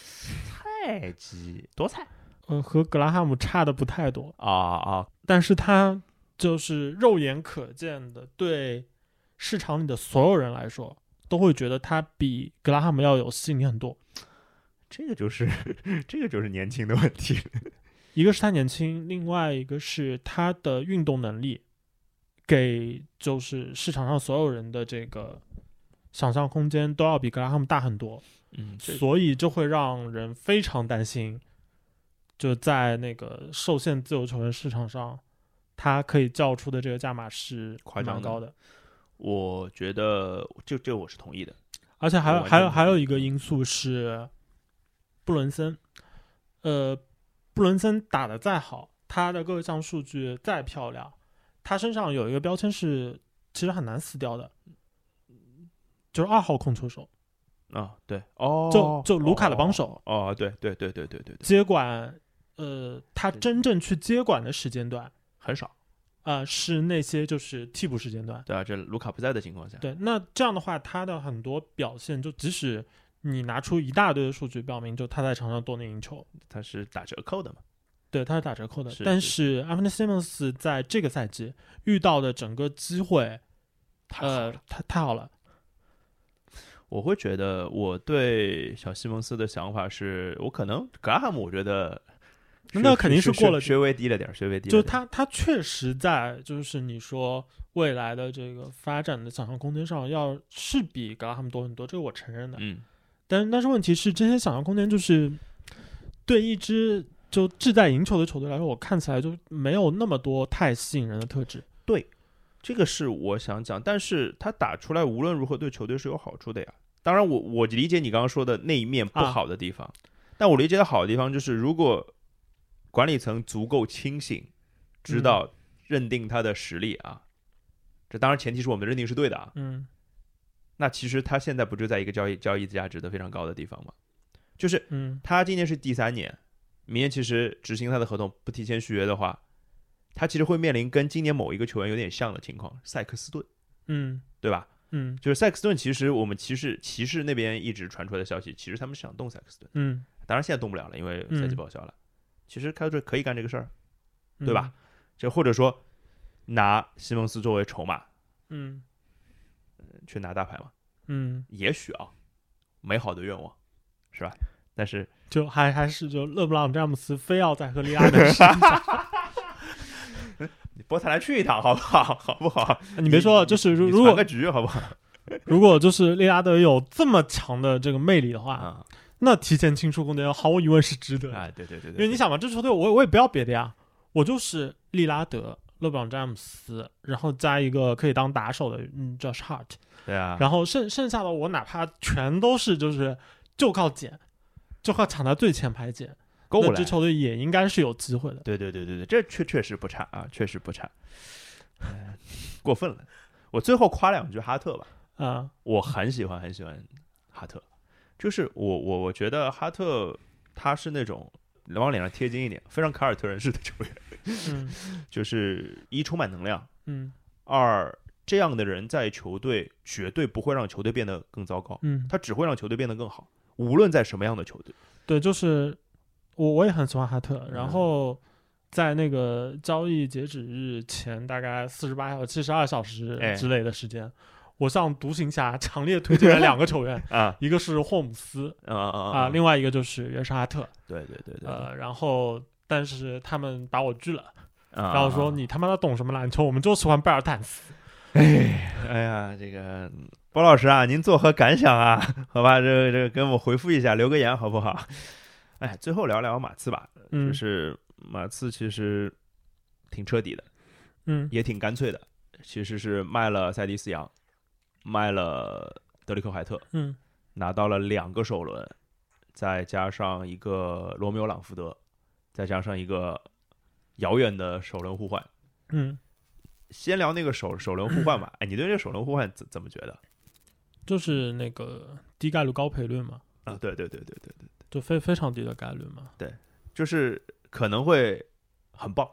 [SPEAKER 1] 菜鸡多菜
[SPEAKER 2] 呃，和格拉汉姆差的不太多，
[SPEAKER 1] 啊啊！
[SPEAKER 2] 但是他就是肉眼可见的，对市场里的所有人来说，都会觉得他比格拉汉姆要有吸引力很多。
[SPEAKER 1] 这个就是 这个就是年轻的问题 了。
[SPEAKER 2] 一个是他年轻，另外一个是他的运动能力，给就是市场上所有人的这个想象空间都要比格拉汉姆大很多，
[SPEAKER 1] 嗯，
[SPEAKER 2] 所以这会让人非常担心，就在那个受限自由球员市场上，他可以叫出的这个价码是
[SPEAKER 1] 夸张
[SPEAKER 2] 蛮
[SPEAKER 1] 的
[SPEAKER 2] 高的，
[SPEAKER 1] 我觉得这这我是同意的。
[SPEAKER 2] 而且还有
[SPEAKER 1] 我完全
[SPEAKER 2] 还有
[SPEAKER 1] 同意
[SPEAKER 2] 还有一个因素是布伦森，呃，布伦森打得再好，他的各项数据再漂亮，他身上有一个标签是其实很难撕掉的，就是二号控球手，
[SPEAKER 1] 啊，对，哦，
[SPEAKER 2] 就就卢卡的帮手
[SPEAKER 1] 哦，哦，对对对对对对对，
[SPEAKER 2] 接管，呃，他真正去接管的时间段，
[SPEAKER 1] 很少，
[SPEAKER 2] 啊，是那些就是替补时间段。
[SPEAKER 1] 对啊，这卢卡不在的情况下，
[SPEAKER 2] 对，那这样的话，他的很多表现，就即使你拿出一大堆的数据表明，就他在场上都能赢球，
[SPEAKER 1] 他是打折扣的嘛，
[SPEAKER 2] 对，他是打折扣的。
[SPEAKER 1] 是
[SPEAKER 2] 但是 Anthony Simmons 在这个赛季遇到的整个机会，
[SPEAKER 1] 太好
[SPEAKER 2] 呃
[SPEAKER 1] 了，
[SPEAKER 2] 太太好了，
[SPEAKER 1] 我会觉得我对小西蒙斯的想法是，我可能格拉汉姆，我觉得是
[SPEAKER 2] 那肯定是过了
[SPEAKER 1] 稍微低了点儿，稍微低了点儿，
[SPEAKER 2] 就是他他确实在就是你说未来的这个发展的想象空间上，要是比格拉汉姆多很多，这个我承认的。
[SPEAKER 1] 嗯，
[SPEAKER 2] 但但是问题是，这些想象空间就是对一支就志在赢球的球队来说，我看起来就没有那么多太吸引人的特质。
[SPEAKER 1] 这个是我想讲，但是他打出来无论如何对球队是有好处的呀。当然我，我理解你刚刚说的那一面不好的地方，但我理解的好的地方就是，如果管理层足够清醒，知道认定他的实力啊，这当然前提是我们的认定是对的啊。
[SPEAKER 2] 嗯
[SPEAKER 1] 那其实他现在不就在一个交易交易价值的非常高的地方吗？就是
[SPEAKER 2] 嗯
[SPEAKER 1] 他今年是第三年，明年其实执行他的合同不提前续约的话，他其实会面临跟今年某一个球员有点像的情况，塞克斯顿，
[SPEAKER 2] 嗯
[SPEAKER 1] 对吧？
[SPEAKER 2] 嗯
[SPEAKER 1] 就是塞克斯顿，其实我们骑士骑士那边一直传出来的消息，其实他们是想动塞克斯顿，
[SPEAKER 2] 嗯，
[SPEAKER 1] 当然现在动不了了，因为赛季
[SPEAKER 2] 嗯
[SPEAKER 1] 报销了。其实开拓者可以干这个事儿，
[SPEAKER 2] 嗯
[SPEAKER 1] 对吧？就或者说拿西蒙斯作为筹码
[SPEAKER 2] 嗯
[SPEAKER 1] 去拿大牌嘛，
[SPEAKER 2] 嗯，
[SPEAKER 1] 也许啊，美好的愿望是吧？但是
[SPEAKER 2] 就还还是就勒布朗詹姆斯非要在和利拉德身上，
[SPEAKER 1] 你波特兰去一趟好不好？好不好？
[SPEAKER 2] 你别说，
[SPEAKER 1] 你
[SPEAKER 2] 就是如
[SPEAKER 1] 你
[SPEAKER 2] 如
[SPEAKER 1] 攒
[SPEAKER 2] 果
[SPEAKER 1] 个局好不好？
[SPEAKER 2] 如果就是利拉德有这么强的这个魅力的话，
[SPEAKER 1] 啊
[SPEAKER 2] 那提前清出空间毫无疑问是值得的。
[SPEAKER 1] 啊，对对对对，
[SPEAKER 2] 因为你想嘛，这支球队我也我也不要别的呀，我就是利拉德、勒布朗詹姆斯，然后加一个可以当打手的嗯 Josh Hart，
[SPEAKER 1] 对啊，
[SPEAKER 2] 然后剩剩下的我哪怕全都是就是就靠捡，就靠抢在最前排捡，
[SPEAKER 1] 够
[SPEAKER 2] 那
[SPEAKER 1] 了
[SPEAKER 2] 支。球队也应该是有机会的。
[SPEAKER 1] 对对对对对，这确确实不差啊，确实不差，呃 过分了。我最后夸两句哈特吧，
[SPEAKER 2] 啊、
[SPEAKER 1] 我很喜欢很喜欢哈特，就是我我我觉得哈特他是那种往脸上贴金一点，非常凯尔特人式的球员，
[SPEAKER 2] 嗯
[SPEAKER 1] 就是一充满能量，
[SPEAKER 2] 嗯
[SPEAKER 1] 二这样的人在球队绝对不会让球队变得更糟糕，
[SPEAKER 2] 嗯，
[SPEAKER 1] 他只会让球队变得更好，无论在什么样的球队。
[SPEAKER 2] 对，就是我我也很喜欢哈特，然
[SPEAKER 1] 嗯
[SPEAKER 2] 后。在那个交易截止日前大概四十八小时、七十二小时
[SPEAKER 1] 哎
[SPEAKER 2] 之类的时间，我向独行侠强烈推荐了两个 球员，
[SPEAKER 1] 啊
[SPEAKER 2] 一个是霍姆斯
[SPEAKER 1] 啊啊
[SPEAKER 2] 啊、另外一个就是约什哈特，
[SPEAKER 1] 对对对对，啊对
[SPEAKER 2] 呃，然后但是他们把我拒了，
[SPEAKER 1] 啊
[SPEAKER 2] 然后说
[SPEAKER 1] 啊
[SPEAKER 2] 你他妈的懂什么篮球？我们就喜欢贝尔坦斯。
[SPEAKER 1] 哎呀，这个包老师啊，您作何感想啊？ 好吧，这个这个给我们回复一下，留个言好不好？ 哎，最后聊聊马刺吧，
[SPEAKER 2] 嗯
[SPEAKER 1] 就是马刺其实挺彻底的，
[SPEAKER 2] 嗯
[SPEAKER 1] 也挺干脆的，其实是卖了塞迪斯扬，卖了德里克怀特，
[SPEAKER 2] 嗯
[SPEAKER 1] 拿到了两个首轮，再加上一个罗密欧朗福德，再加上一个遥远的首轮互换。
[SPEAKER 2] 嗯，
[SPEAKER 1] 先聊那个首首轮互换吧，哎，你对这个首轮互换怎怎么觉得？
[SPEAKER 2] 就是那个低概率高赔率嘛，
[SPEAKER 1] 啊，对对对对对对，
[SPEAKER 2] 就非非常低的概率嘛。
[SPEAKER 1] 就是可能会很棒，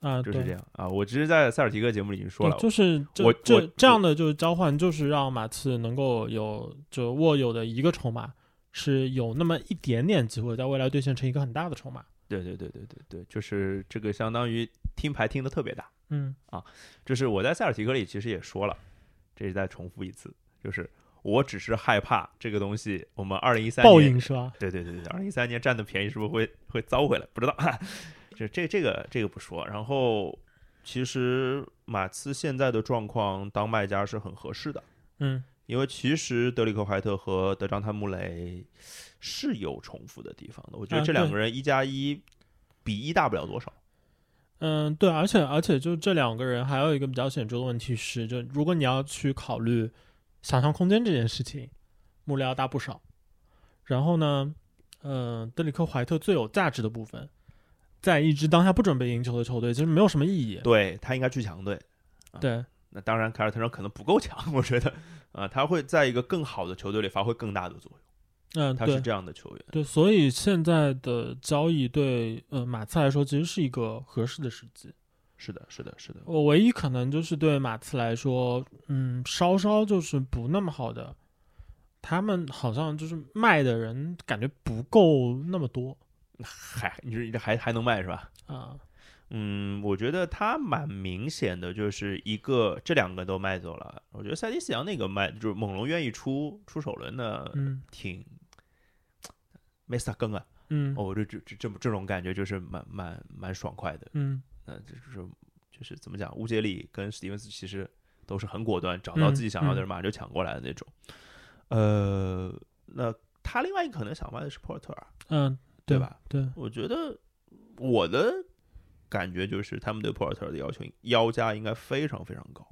[SPEAKER 2] 啊、
[SPEAKER 1] 就
[SPEAKER 2] 对，
[SPEAKER 1] 是这样啊。我其实，在塞尔提克节目里已经说
[SPEAKER 2] 对
[SPEAKER 1] 了，
[SPEAKER 2] 就是这
[SPEAKER 1] 我我
[SPEAKER 2] 这这样的就是交换，就是让马刺能够有就握有的一个筹码是有那么一点点机会，在未来兑现成一个很大的筹码。
[SPEAKER 1] 对对对对对对，就是这个相当于听牌听的特别大。
[SPEAKER 2] 嗯
[SPEAKER 1] 就是我在塞尔提克里其实也说了，这是再重复一次，就是我只是害怕这个东西，我们二零一三
[SPEAKER 2] 报
[SPEAKER 1] 年
[SPEAKER 2] 应，是吧？
[SPEAKER 1] 对对对对，二零一三年占的便宜是不是会会遭回来？不知道， 这这这个这个不说。然后其实马刺现在的状况，当卖家是很合适的。
[SPEAKER 2] 嗯
[SPEAKER 1] 因为其实德里克怀特和德章泰穆雷是有重复的地方的。我觉得
[SPEAKER 2] 啊
[SPEAKER 1] 这两
[SPEAKER 2] 对
[SPEAKER 1] 个人一加一比一大不了多少。
[SPEAKER 2] 嗯，对，而且而且就这两个人还有一个比较显著的问题是，就如果你要去考虑想象空间这件事情，穆雷要大不少。然后呢，嗯，德里克怀特最有价值的部分，在一支当下不准备赢球的球队，其实没有什么意义。
[SPEAKER 1] 对他应该去强队，
[SPEAKER 2] 对，
[SPEAKER 1] 那当然，凯尔特人可能不够强，我 觉得，啊、他会在一个更好的球队里发挥更大的作用，
[SPEAKER 2] 嗯，
[SPEAKER 1] 他
[SPEAKER 2] 对
[SPEAKER 1] 是这样的球员。
[SPEAKER 2] 对，所以现在的交易对呃马刺来说其实是一个合适的时机。
[SPEAKER 1] 是的，是的，是的，
[SPEAKER 2] 我唯一可能就是对马刺来说，嗯，稍稍就是不那么好的，他们好像就是卖的人感觉不够那么多
[SPEAKER 1] 还你是还还能卖是吧？
[SPEAKER 2] 啊、
[SPEAKER 1] 嗯，我觉得他蛮明显的，就是一个这两个都卖走了。我觉得塞迪斯扬那个卖，就是猛龙愿意出出首轮的，
[SPEAKER 2] 嗯
[SPEAKER 1] 挺没啥更啊。
[SPEAKER 2] 嗯
[SPEAKER 1] 哦，我就这这这这种感觉就是蛮蛮蛮爽快的。
[SPEAKER 2] 嗯
[SPEAKER 1] 那这就是就是怎么讲，乌杰里跟史蒂文斯其实都是很果断，找到自己想要的人马上就抢过来的那种。呃，那他另外一个可能想卖的是波尔特尔，
[SPEAKER 2] 嗯，
[SPEAKER 1] 对
[SPEAKER 2] 对
[SPEAKER 1] 吧？
[SPEAKER 2] 对，
[SPEAKER 1] 我觉得我的感觉就是他们对普尔特尔的要求要价应该非常非常高。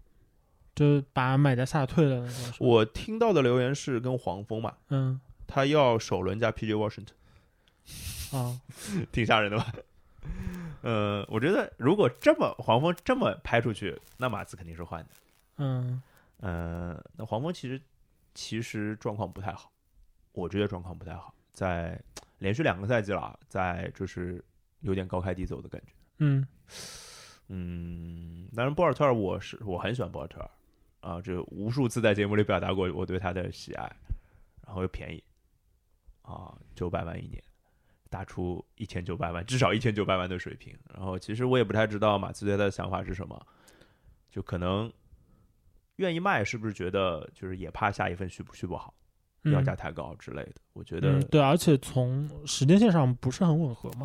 [SPEAKER 2] 就是把买家吓退了那种。
[SPEAKER 1] 我听到的留言是跟黄蜂嘛，
[SPEAKER 2] 嗯
[SPEAKER 1] 他要首轮加 PJ Washington，
[SPEAKER 2] 啊，
[SPEAKER 1] 挺吓人的吧？ 呃，我觉得如果这么黄蜂这么拍出去，那马刺肯定是换的。
[SPEAKER 2] 嗯
[SPEAKER 1] 呃，那黄蜂其实其实状况不太好，我觉得状况不太好，在连续两个赛季了，啊在就是有点高开低走的感觉。
[SPEAKER 2] 嗯
[SPEAKER 1] 嗯，当然，博尔特尔我是我很喜欢博尔特尔啊，这无数次在节目里表达过我对他的喜爱，然后又便宜啊，九百万一年，打出一千九百万，至少一千九百万的水平。然后其实我也不太知道马刺对他的想法是什么，就可能愿意卖，是不是觉得就是也怕下一份续不续不好，
[SPEAKER 2] 嗯，
[SPEAKER 1] 要价太高之类的？我觉得
[SPEAKER 2] 嗯，对，而且从时间线上不是很吻合嘛。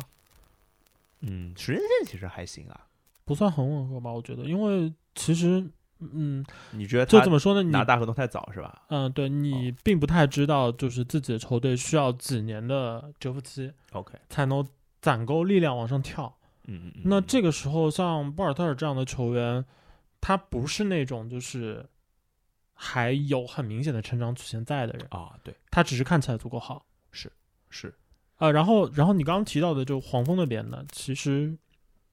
[SPEAKER 1] 嗯，时间线其实还行啊。
[SPEAKER 2] 不算很吻合吧，我觉得，因为其实，嗯，
[SPEAKER 1] 你觉得
[SPEAKER 2] 就怎
[SPEAKER 1] 他
[SPEAKER 2] 么说呢，你，
[SPEAKER 1] 拿
[SPEAKER 2] 嗯、
[SPEAKER 1] 大合同哦太早是吧？
[SPEAKER 2] 对你并不太知道，就是自己的球队需要几年的蛰伏期
[SPEAKER 1] OK，
[SPEAKER 2] 才能攒够力量往上跳。
[SPEAKER 1] 嗯嗯嗯，
[SPEAKER 2] 那
[SPEAKER 1] 嗯
[SPEAKER 2] 这个时候，像博尔特尔这样的球员，他不是那种就是还有很明显的成长曲线在的人，
[SPEAKER 1] 啊，对，
[SPEAKER 2] 他只是看起来足够好。
[SPEAKER 1] 是。
[SPEAKER 2] 呃，然后，然后你刚刚提到的就黄蜂那边呢，其实，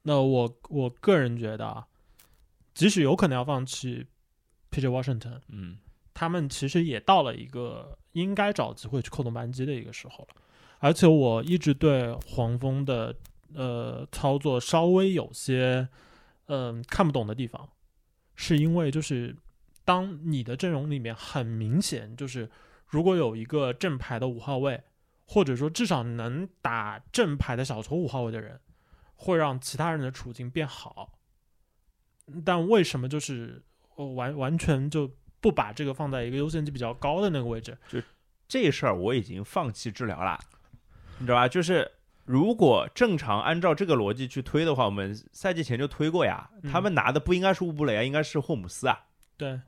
[SPEAKER 2] 那我我个人觉得啊，即使有可能要放弃 PJ Washington，
[SPEAKER 1] 嗯，
[SPEAKER 2] 他们其实也到了一个应该找机会去扣动扳机的一个时候了。而且我一直对黄蜂的呃操作稍微有些嗯、看不懂的地方，是因为就是当你的阵容里面很明显就是如果有一个正牌的五号位，或者说至少能打正牌的小球五号位的人，会让其他人的处境变好。但为什么就是呃完完全就不把这个放在一个优先级比较高的那个位置？
[SPEAKER 1] 这事儿我已经放弃治疗了，你知道吧？就是如果正常按照这个逻辑去推的话，我们赛季前就推过呀。
[SPEAKER 2] 嗯
[SPEAKER 1] 他们拿的不应该是乌布雷啊，应该是霍姆斯啊，
[SPEAKER 2] 对，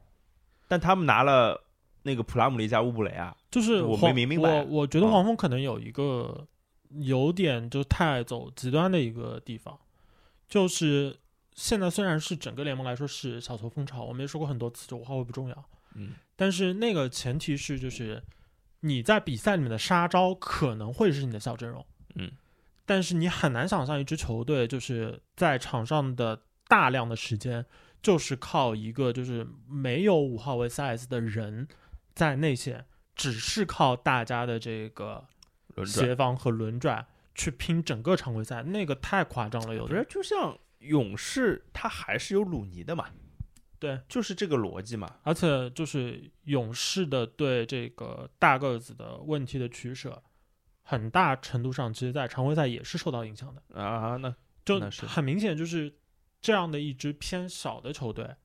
[SPEAKER 1] 但他们拿了那个普拉姆利加乌布雷啊。
[SPEAKER 2] 就是
[SPEAKER 1] 我没
[SPEAKER 2] 黄
[SPEAKER 1] 明白
[SPEAKER 2] 我我觉得
[SPEAKER 1] 啊
[SPEAKER 2] 黄蜂可能有一个有点就太走极端的一个地方，就是现在虽然是整个联盟来说是小球风潮，我们也说过很多次，就五号位不重要，
[SPEAKER 1] 嗯，
[SPEAKER 2] 但是那个前提是就是你在比赛里面的杀招可能会是你的小阵容，
[SPEAKER 1] 嗯，
[SPEAKER 2] 但是你很难想象一支球队就是在场上的大量的时间就是靠一个就是没有五号位 size 的人在内线，只是靠大家的这个
[SPEAKER 1] 轮转
[SPEAKER 2] 协防和轮转去拼整个常规赛，那个太夸张了，有
[SPEAKER 1] 不
[SPEAKER 2] 的
[SPEAKER 1] 是，就像勇士，他还是有鲁尼的嘛，
[SPEAKER 2] 对，
[SPEAKER 1] 就是这个逻辑嘛。
[SPEAKER 2] 而且就是勇士的对这个大个子的问题的取舍，很大程度上其实，在常规赛也是受到影响的。
[SPEAKER 1] 啊，那
[SPEAKER 2] 就
[SPEAKER 1] 那是
[SPEAKER 2] 很明显，就是这样的一支偏小的球队，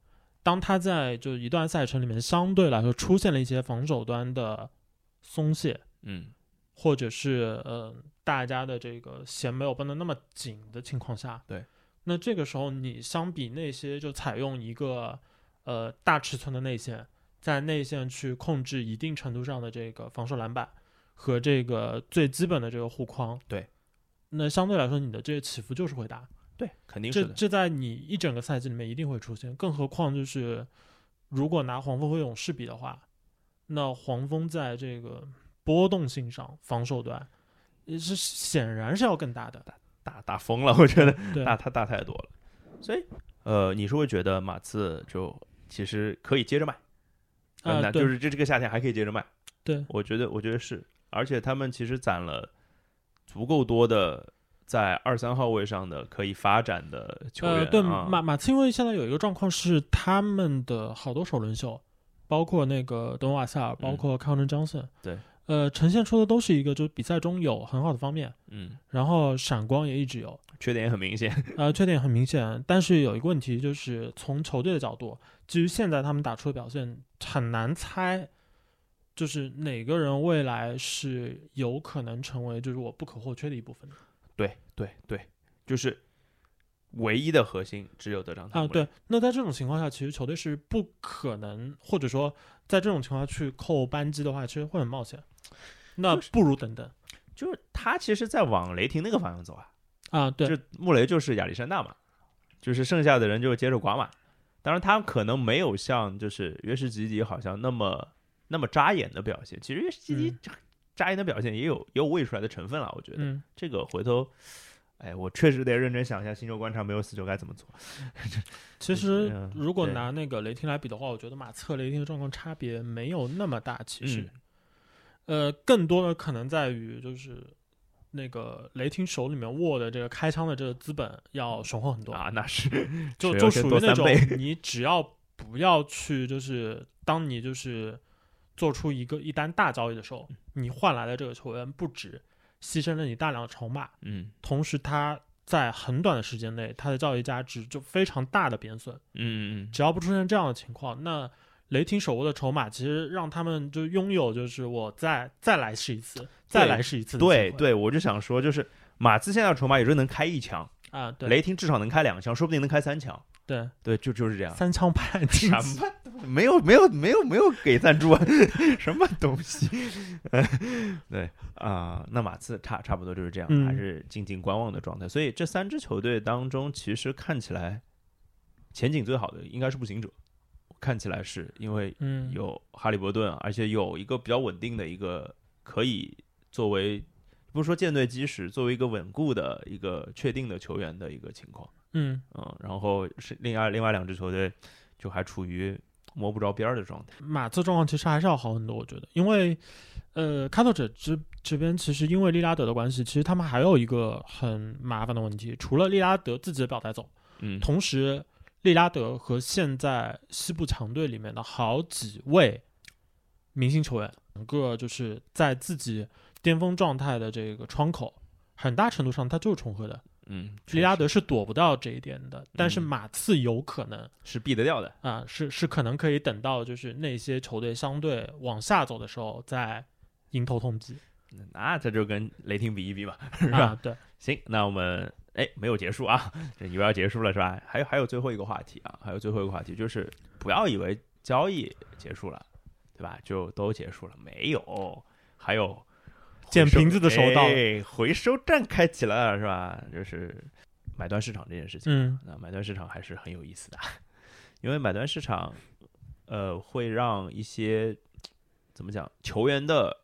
[SPEAKER 2] 当他在就一段赛程里面相对来说出现了一些防守端的松懈，
[SPEAKER 1] 嗯
[SPEAKER 2] 或者是呃大家的这个弦没有绷得那么紧的情况下，
[SPEAKER 1] 对，
[SPEAKER 2] 那这个时候你相比那些就采用一个呃大尺寸的内线，在内线去控制一定程度上的这个防守篮板和这个最基本的这个护框，
[SPEAKER 1] 对，
[SPEAKER 2] 那相对来说你的这些起伏就是会大，
[SPEAKER 1] 对，肯定
[SPEAKER 2] 这
[SPEAKER 1] 是的。
[SPEAKER 2] 这在你一整个赛季里面一定会出现，更何况就是如果拿黄蜂和勇士比的话，那黄蜂在这个波动性上防守端也是显然是要更大的。
[SPEAKER 1] 打打疯了，我觉得
[SPEAKER 2] 对，
[SPEAKER 1] 大他大太多了。所以，呃，你是会觉得马刺就其实可以接着卖，
[SPEAKER 2] 啊、
[SPEAKER 1] 那
[SPEAKER 2] 对
[SPEAKER 1] 就是这这个夏天还可以接着卖。
[SPEAKER 2] 对
[SPEAKER 1] 我觉得我觉得是，而且他们其实攒了足够多的在二三号位上的可以发展的球员。
[SPEAKER 2] 呃，对
[SPEAKER 1] 啊
[SPEAKER 2] 马马刺，因为现在有一个状况是，他们的好多首轮秀，包括那个德文瓦塞尔，包括康伦张森，
[SPEAKER 1] 嗯对，
[SPEAKER 2] 呃，呈现出的都是一个就是比赛中有很好的方面，
[SPEAKER 1] 嗯，
[SPEAKER 2] 然后闪光也一直有，
[SPEAKER 1] 缺点也很明显。
[SPEAKER 2] 呃，缺点很明显，但是有一个问题就是从球队的角度，基于现在他们打出的表现，很难猜。就是哪个人未来是有可能成为就是我不可或缺的一部分的
[SPEAKER 1] 对对对，就是唯一的核心只有德章塔
[SPEAKER 2] 啊，
[SPEAKER 1] 姆
[SPEAKER 2] 对
[SPEAKER 1] 雷。。
[SPEAKER 2] 那在这种情况下，其实球队是不可能，或者说在这种情况下去扣扳机的话，其实会很冒险。那不如等等
[SPEAKER 1] 就是他其实在往雷霆那个方向走啊。
[SPEAKER 2] 啊，对，
[SPEAKER 1] 就穆雷就是亚历山大嘛，就是剩下的人就是接着寡马。当然，他可能没有像就是约什吉吉好像那么那么扎眼的表现。其实约什吉吉
[SPEAKER 2] 嗯
[SPEAKER 1] 扎扎眼的表现也有也有喂出来的成分了，我觉得、
[SPEAKER 2] 嗯，
[SPEAKER 1] 这个回头。哎，我确实得认真想一下新洲观察没有四九该怎么做。
[SPEAKER 2] 其
[SPEAKER 1] 嗯
[SPEAKER 2] 实如果
[SPEAKER 1] 对
[SPEAKER 2] 拿那个雷霆来比的话，我觉得马刺和雷霆的状况差别没有那么大。其实，
[SPEAKER 1] 嗯
[SPEAKER 2] 呃，更多的可能在于就是那个雷霆手里面握的这个开枪的这个资本要雄厚很多，
[SPEAKER 1] 啊，那是
[SPEAKER 2] 就
[SPEAKER 1] 只
[SPEAKER 2] 就
[SPEAKER 1] 要
[SPEAKER 2] 属
[SPEAKER 1] 先
[SPEAKER 2] 于
[SPEAKER 1] 多
[SPEAKER 2] 那
[SPEAKER 1] 三
[SPEAKER 2] 种
[SPEAKER 1] 倍
[SPEAKER 2] 你只要不要去，就是当你就是做出一个一单大交易的时
[SPEAKER 1] 嗯
[SPEAKER 2] 候，你换来的这个球员不止牺牲了你大量的筹码，
[SPEAKER 1] 嗯
[SPEAKER 2] 同时他在很短的时间内他的交易价值就非常大的贬损。
[SPEAKER 1] 嗯嗯
[SPEAKER 2] 只要不出现这样的情况，那雷霆手握的筹码其实让他们就拥有，就是我再再来试一次，再来试一次
[SPEAKER 1] 嗯，
[SPEAKER 2] 的机会
[SPEAKER 1] 对对，我就想说，就是马刺现在的筹码也就能开一枪，
[SPEAKER 2] 啊，对
[SPEAKER 1] 雷霆至少能开两枪，说不定能开三枪。
[SPEAKER 2] 对
[SPEAKER 1] 对，就就是这样。
[SPEAKER 2] 三枪半
[SPEAKER 1] 什
[SPEAKER 2] 进
[SPEAKER 1] 么
[SPEAKER 2] 击
[SPEAKER 1] 没有没有没有没有给赞助啊，什么东西？ 对啊、那马刺差差不多就是这样，
[SPEAKER 2] 嗯
[SPEAKER 1] 还是静静观望的状态。所以这三支球队当中，其实看起来前景最好的应该是步行者，看起来是因为
[SPEAKER 2] 嗯，
[SPEAKER 1] 有哈利伯顿啊，而且有一个比较稳定的一个可以作为不是说舰队基石，作为一个稳固的一个确定的球员的一个情况。
[SPEAKER 2] 嗯，
[SPEAKER 1] 嗯，然后是另外另外两支球队就还处于摸不着边儿的状态。
[SPEAKER 2] 马刺状况其实还是要好很多，我觉得，因为呃，开拓者这这边其实因为利拉德的关系，其实他们还有一个很麻烦的问题，除了利拉德自己的表态走，
[SPEAKER 1] 嗯
[SPEAKER 2] 同时利拉德和现在西部强队里面的好几位明星球员，整个就是在自己巅峰状态的这个窗口，很大程度上他就是重合的。
[SPEAKER 1] 嗯，
[SPEAKER 2] 利拉德是躲不到这一点的，但是
[SPEAKER 1] 嗯
[SPEAKER 2] 马刺有可能
[SPEAKER 1] 是避得掉的。
[SPEAKER 2] 啊、是是可能可以等到就是那些球队相对往下走的时候再迎头痛击
[SPEAKER 1] 那这就跟雷霆比一 比吧，是吧？
[SPEAKER 2] 啊，对，
[SPEAKER 1] 行，那我们哎没有结束啊，这以为要结束了是吧？还有还有最后一个话题啊，还有最后一个话题就是不要以为交易结束了，对吧？就都结束了，没有，还有
[SPEAKER 2] 捡
[SPEAKER 1] 回收
[SPEAKER 2] 瓶子的时候到了
[SPEAKER 1] 哎回收站开启了是吧？就是买断市场这件事情。
[SPEAKER 2] 嗯
[SPEAKER 1] 那买断市场还是很有意思的，啊因为买断市场，呃，会让一些怎么讲球员的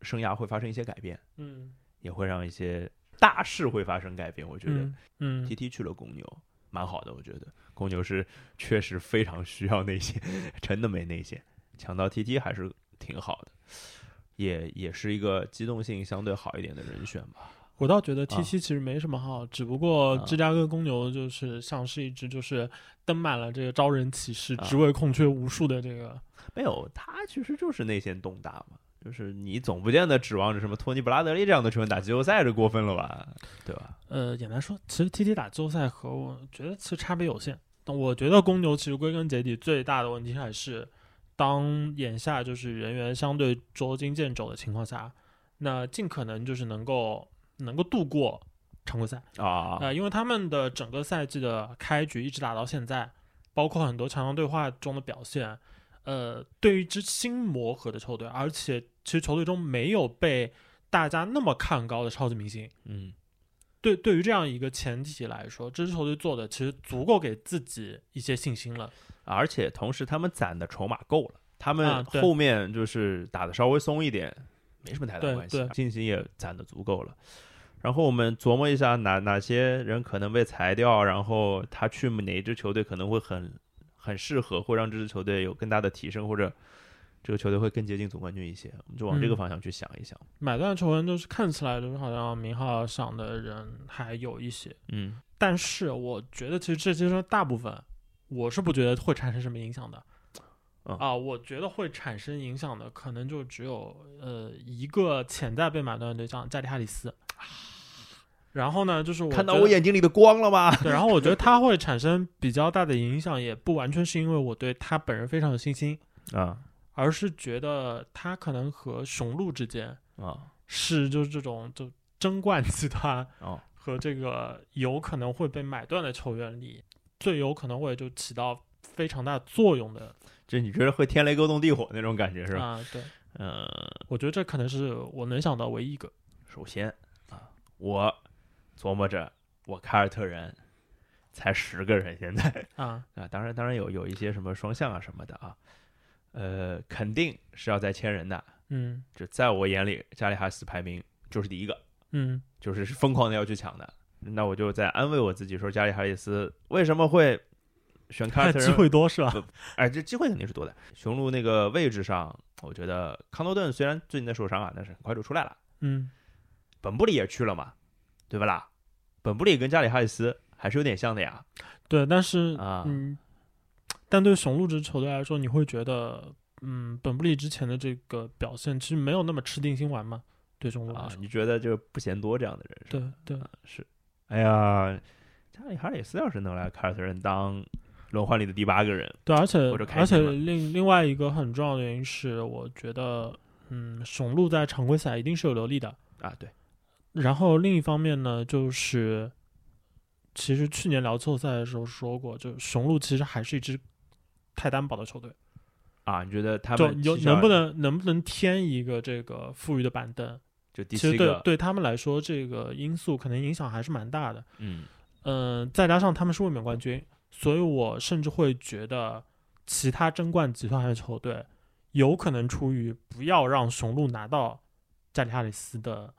[SPEAKER 1] 生涯会发生一些改变，
[SPEAKER 2] 嗯
[SPEAKER 1] 也会让一些大事会发生改变。我觉得
[SPEAKER 2] 嗯嗯
[SPEAKER 1] TT 去了公牛，蛮好的。我觉得公牛是确实非常需要内线，真的没内线，抢到 TT 还是挺好的，也也是一个机动性相对好一点的人选吧。
[SPEAKER 2] 我倒觉得
[SPEAKER 1] 啊
[SPEAKER 2] T 七其实没什么好，只不过
[SPEAKER 1] 啊
[SPEAKER 2] 芝加哥公牛就是像是一只就是登满了这个招人启事、
[SPEAKER 1] 啊
[SPEAKER 2] 职位空缺无数的这个
[SPEAKER 1] 没有，他其实就是内线动打嘛，就是你总不见得指望着什么托尼布拉德利这样的球员打季后赛，这过分了吧？对吧？
[SPEAKER 2] 呃，简单说，其实 T T 打季后赛和我觉得其实差别有限。但我觉得公牛其实归根结底最大的问题还是，当眼下就是人员相对捉襟见肘的情况下，那尽可能就是能够能够度过常规赛。
[SPEAKER 1] 啊，
[SPEAKER 2] 呃，因为他们的整个赛季的开局一直打到现在，包括很多强强对话中的表现，呃，对于一支新磨合的球队，而且其实球队中没有被大家那么看高的超级明星，
[SPEAKER 1] 嗯
[SPEAKER 2] 对，对于这样一个前提来说，这支球队做的其实足够给自己一些信心了。
[SPEAKER 1] 而且同时他们攒的筹码够了，他们
[SPEAKER 2] 啊对
[SPEAKER 1] 后面就是打的稍微松一点，没什么太大
[SPEAKER 2] 对
[SPEAKER 1] 关系啊，
[SPEAKER 2] 对
[SPEAKER 1] 信心也攒的足够了。然后我们琢磨一下哪哪些人可能被裁掉，然后他去哪一支球队可能会很很适合，会让这支球队有更大的提升，或者这个球队会更接近总冠军一些。我们就往这个
[SPEAKER 2] 嗯
[SPEAKER 1] 方向去想一想。
[SPEAKER 2] 买断球员就是看起来就是好像名号上的人还有一些，
[SPEAKER 1] 嗯
[SPEAKER 2] 但是我觉得其实这些说大部分，我是不觉得会产生什么影响的。
[SPEAKER 1] 嗯
[SPEAKER 2] 啊，我觉得会产生影响的，可能就只有呃一个潜在被买断的对象加里哈里斯。然后呢，就是我
[SPEAKER 1] 看到
[SPEAKER 2] 觉
[SPEAKER 1] 我
[SPEAKER 2] 得
[SPEAKER 1] 眼睛里的光了吗？
[SPEAKER 2] 对，然后我觉得他会产生比较大的影响，也不完全是因为我对他本人非常有信心，
[SPEAKER 1] 啊
[SPEAKER 2] 而是觉得他可能和雄鹿之间
[SPEAKER 1] 啊
[SPEAKER 2] 是就是这种就争冠集团
[SPEAKER 1] 哦
[SPEAKER 2] 和这个有可能会被买断的球员里，最有可能会就起到非常大作用的
[SPEAKER 1] 这你觉得会天雷勾动地火那种感觉是吧？
[SPEAKER 2] 啊、对，
[SPEAKER 1] 呃，
[SPEAKER 2] 我觉得这可能是我能想到唯一一个。
[SPEAKER 1] 首先啊，我琢磨着，我凯尔特人才十个人，现在
[SPEAKER 2] 啊，
[SPEAKER 1] 啊，当然当然有有一些什么双向啊什么的啊，呃，肯定是要再签人的。
[SPEAKER 2] 嗯
[SPEAKER 1] 就在我眼里，加里哈斯排名就是第一个，
[SPEAKER 2] 嗯
[SPEAKER 1] 就是是疯狂的要去抢的。那我就在安慰我自己说，加里哈里斯为什么会选凯尔特
[SPEAKER 2] 看机
[SPEAKER 1] 人？
[SPEAKER 2] 会多是吧？
[SPEAKER 1] 哎，这机会肯定是多的。雄鹿那个位置上，我觉得康诺顿虽然最近在受伤啊，但是很快就出来了。
[SPEAKER 2] 嗯
[SPEAKER 1] 本布里也去了嘛，对不啦？本布里跟加里哈里斯还是有点像的呀。
[SPEAKER 2] 对，但是
[SPEAKER 1] 啊
[SPEAKER 2] 嗯，但对雄鹿这支球队来说，你会觉得嗯，本布利之前的这个表现其实没有那么吃定心丸嘛？对雄鹿来
[SPEAKER 1] 啊，
[SPEAKER 2] 说，
[SPEAKER 1] 你觉得就是不嫌多这样的人是吧？
[SPEAKER 2] 对对，
[SPEAKER 1] 啊是。哎呀，加里哈里斯要是能来凯尔特人当轮换里的第八个人，
[SPEAKER 2] 对，而且
[SPEAKER 1] 或者开
[SPEAKER 2] 而
[SPEAKER 1] 心
[SPEAKER 2] 且
[SPEAKER 1] 嘛
[SPEAKER 2] 另另外一个很重要的原因是，我觉得，嗯，雄鹿在常规赛一定是有流利的。
[SPEAKER 1] 啊，对，
[SPEAKER 2] 然后另一方面呢，就是其实去年聊季后赛的时候说过，就雄鹿其实还是一支太单薄的球队，
[SPEAKER 1] 啊，你觉得他
[SPEAKER 2] 就
[SPEAKER 1] 们
[SPEAKER 2] 有
[SPEAKER 1] 至少
[SPEAKER 2] 能不能能不能添一个这个富裕的板凳，
[SPEAKER 1] 就第
[SPEAKER 2] 其
[SPEAKER 1] 七
[SPEAKER 2] 实对
[SPEAKER 1] 个？
[SPEAKER 2] 对他们来说，这个因素可能影响还是蛮大的。
[SPEAKER 1] 嗯
[SPEAKER 2] 嗯、再加上他们是卫冕冠军，所以我甚至会觉得其他争冠集团的球队有可能出于不要让雄鹿拿到加里哈里斯的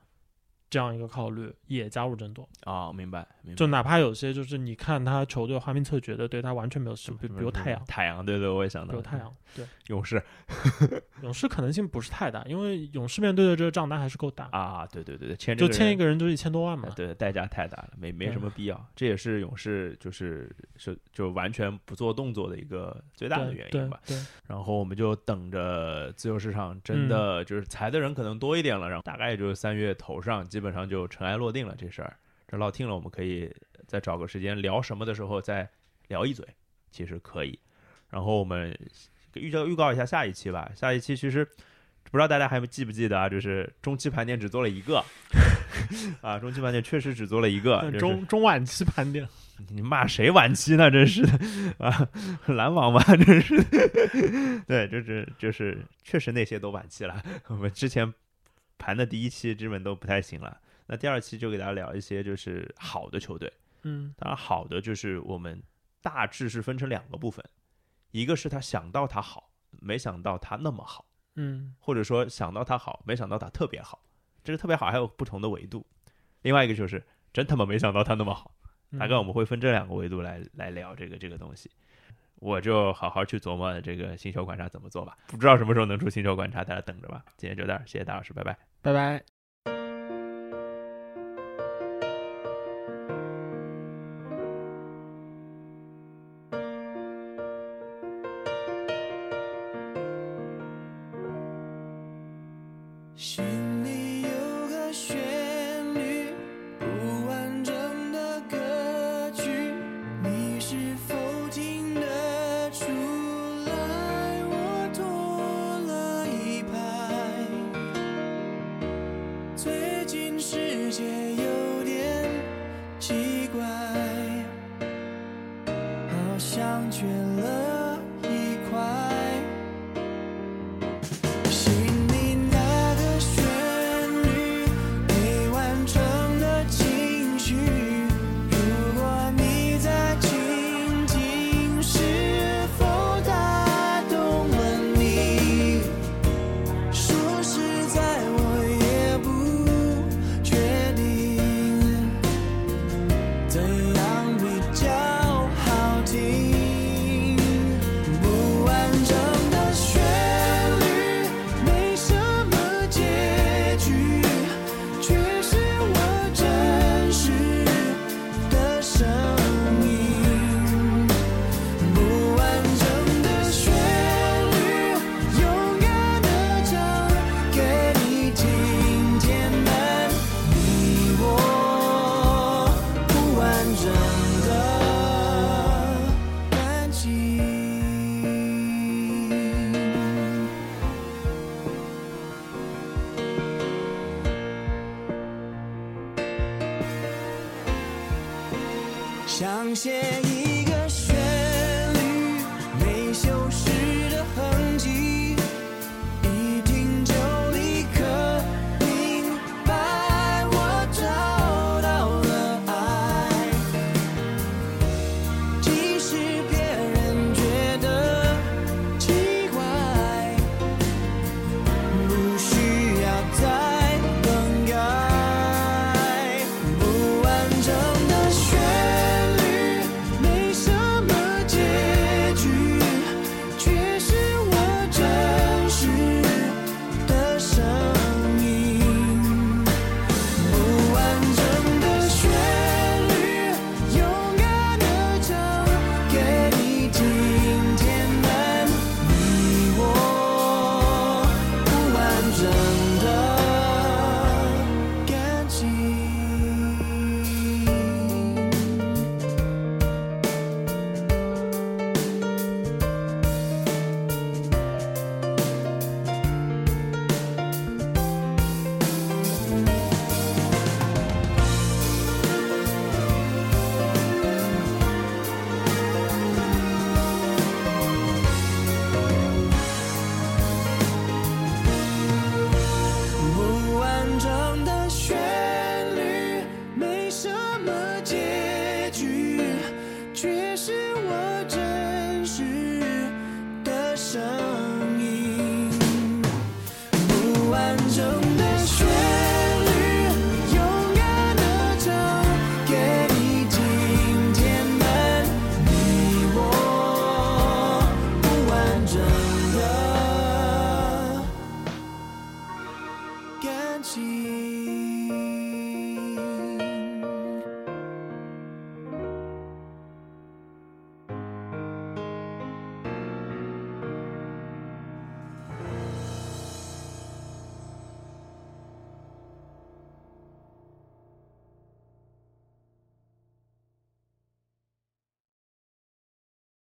[SPEAKER 2] 这样一个考虑，也加入争夺。
[SPEAKER 1] 啊，明白明白。
[SPEAKER 2] 就哪怕有些就是你看他球队花名册，觉得对他完全没有什么，比比如太阳，
[SPEAKER 1] 太阳，对对，我也想
[SPEAKER 2] 比
[SPEAKER 1] 到
[SPEAKER 2] 如太阳，对
[SPEAKER 1] 勇士
[SPEAKER 2] 勇士可能性不是太大，因为勇士面对的这个账单还是够大，
[SPEAKER 1] 啊，对对对对，签这
[SPEAKER 2] 就
[SPEAKER 1] 个
[SPEAKER 2] 签
[SPEAKER 1] 人
[SPEAKER 2] 一个人就是一千多万嘛
[SPEAKER 1] 啊，。对，代价太大了，没没
[SPEAKER 2] 对
[SPEAKER 1] 什么必要。这也是勇士就是是就完全不做动作的一个最大的
[SPEAKER 2] 对
[SPEAKER 1] 原因
[SPEAKER 2] 对
[SPEAKER 1] 吧。
[SPEAKER 2] 对，
[SPEAKER 1] 然后我们就等着自由市场真的就是裁的人可能多一点了，然后大概也就是三月头上，基本上就尘埃落定了这事儿。这落定了，我们可以再找个时间聊什么的时候再聊一嘴，其实可以。然后我们预告预告一下下一期吧，下一期其实。不知道大家还记不记得啊？就是中期盘点只做了一个，啊，中期盘点确实只做了一个，啊 就是
[SPEAKER 2] 中中晚期盘 点，
[SPEAKER 1] 你骂谁晚期呢？真是的 啊，篮网吧， 真是的。 对，就是就是，确实那些都晚期了。 我们之前盘的第一期基本都不太行了。那第二期就给大家聊一些就是好的球队，
[SPEAKER 2] 嗯
[SPEAKER 1] 当然好的就是我们大致是分成两个部分，一个是他想到他好，没想到他那么好，
[SPEAKER 2] 嗯
[SPEAKER 1] 或者说想到他好，没想到他特别好。这个特别好还有不同的维度，另外一个就是真他妈没想到他那么好。
[SPEAKER 2] 嗯，
[SPEAKER 1] 大概我们会分这两个维度来来聊这个这个东西。我就好好去琢磨这个星球观察怎么做吧，不知道什么时候能出星球观察，大家等着吧。今天就到这儿，谢谢大老师，拜拜。
[SPEAKER 2] 拜拜。
[SPEAKER 3] 心里有个旋律，不完整的歌曲，你是否听得出来？我拖了一拍，最近世界有点奇怪，好像缺了一块。心里那个旋律，没完成的情绪。如果你在倾听，是否打动了你？说实在，我也不确定，怎样比较好听。想写一个旋律，没修饰的痕迹，一听就立刻明白，我找到了爱。即使别人觉得奇怪，不需要再更改。不完整的旋律，没什么结局，却是我真实的声音。不完整的旋律，勇敢地唱给你听，填满你我不完整的感情。不完整的旋律，没什么结局，却是我真实的声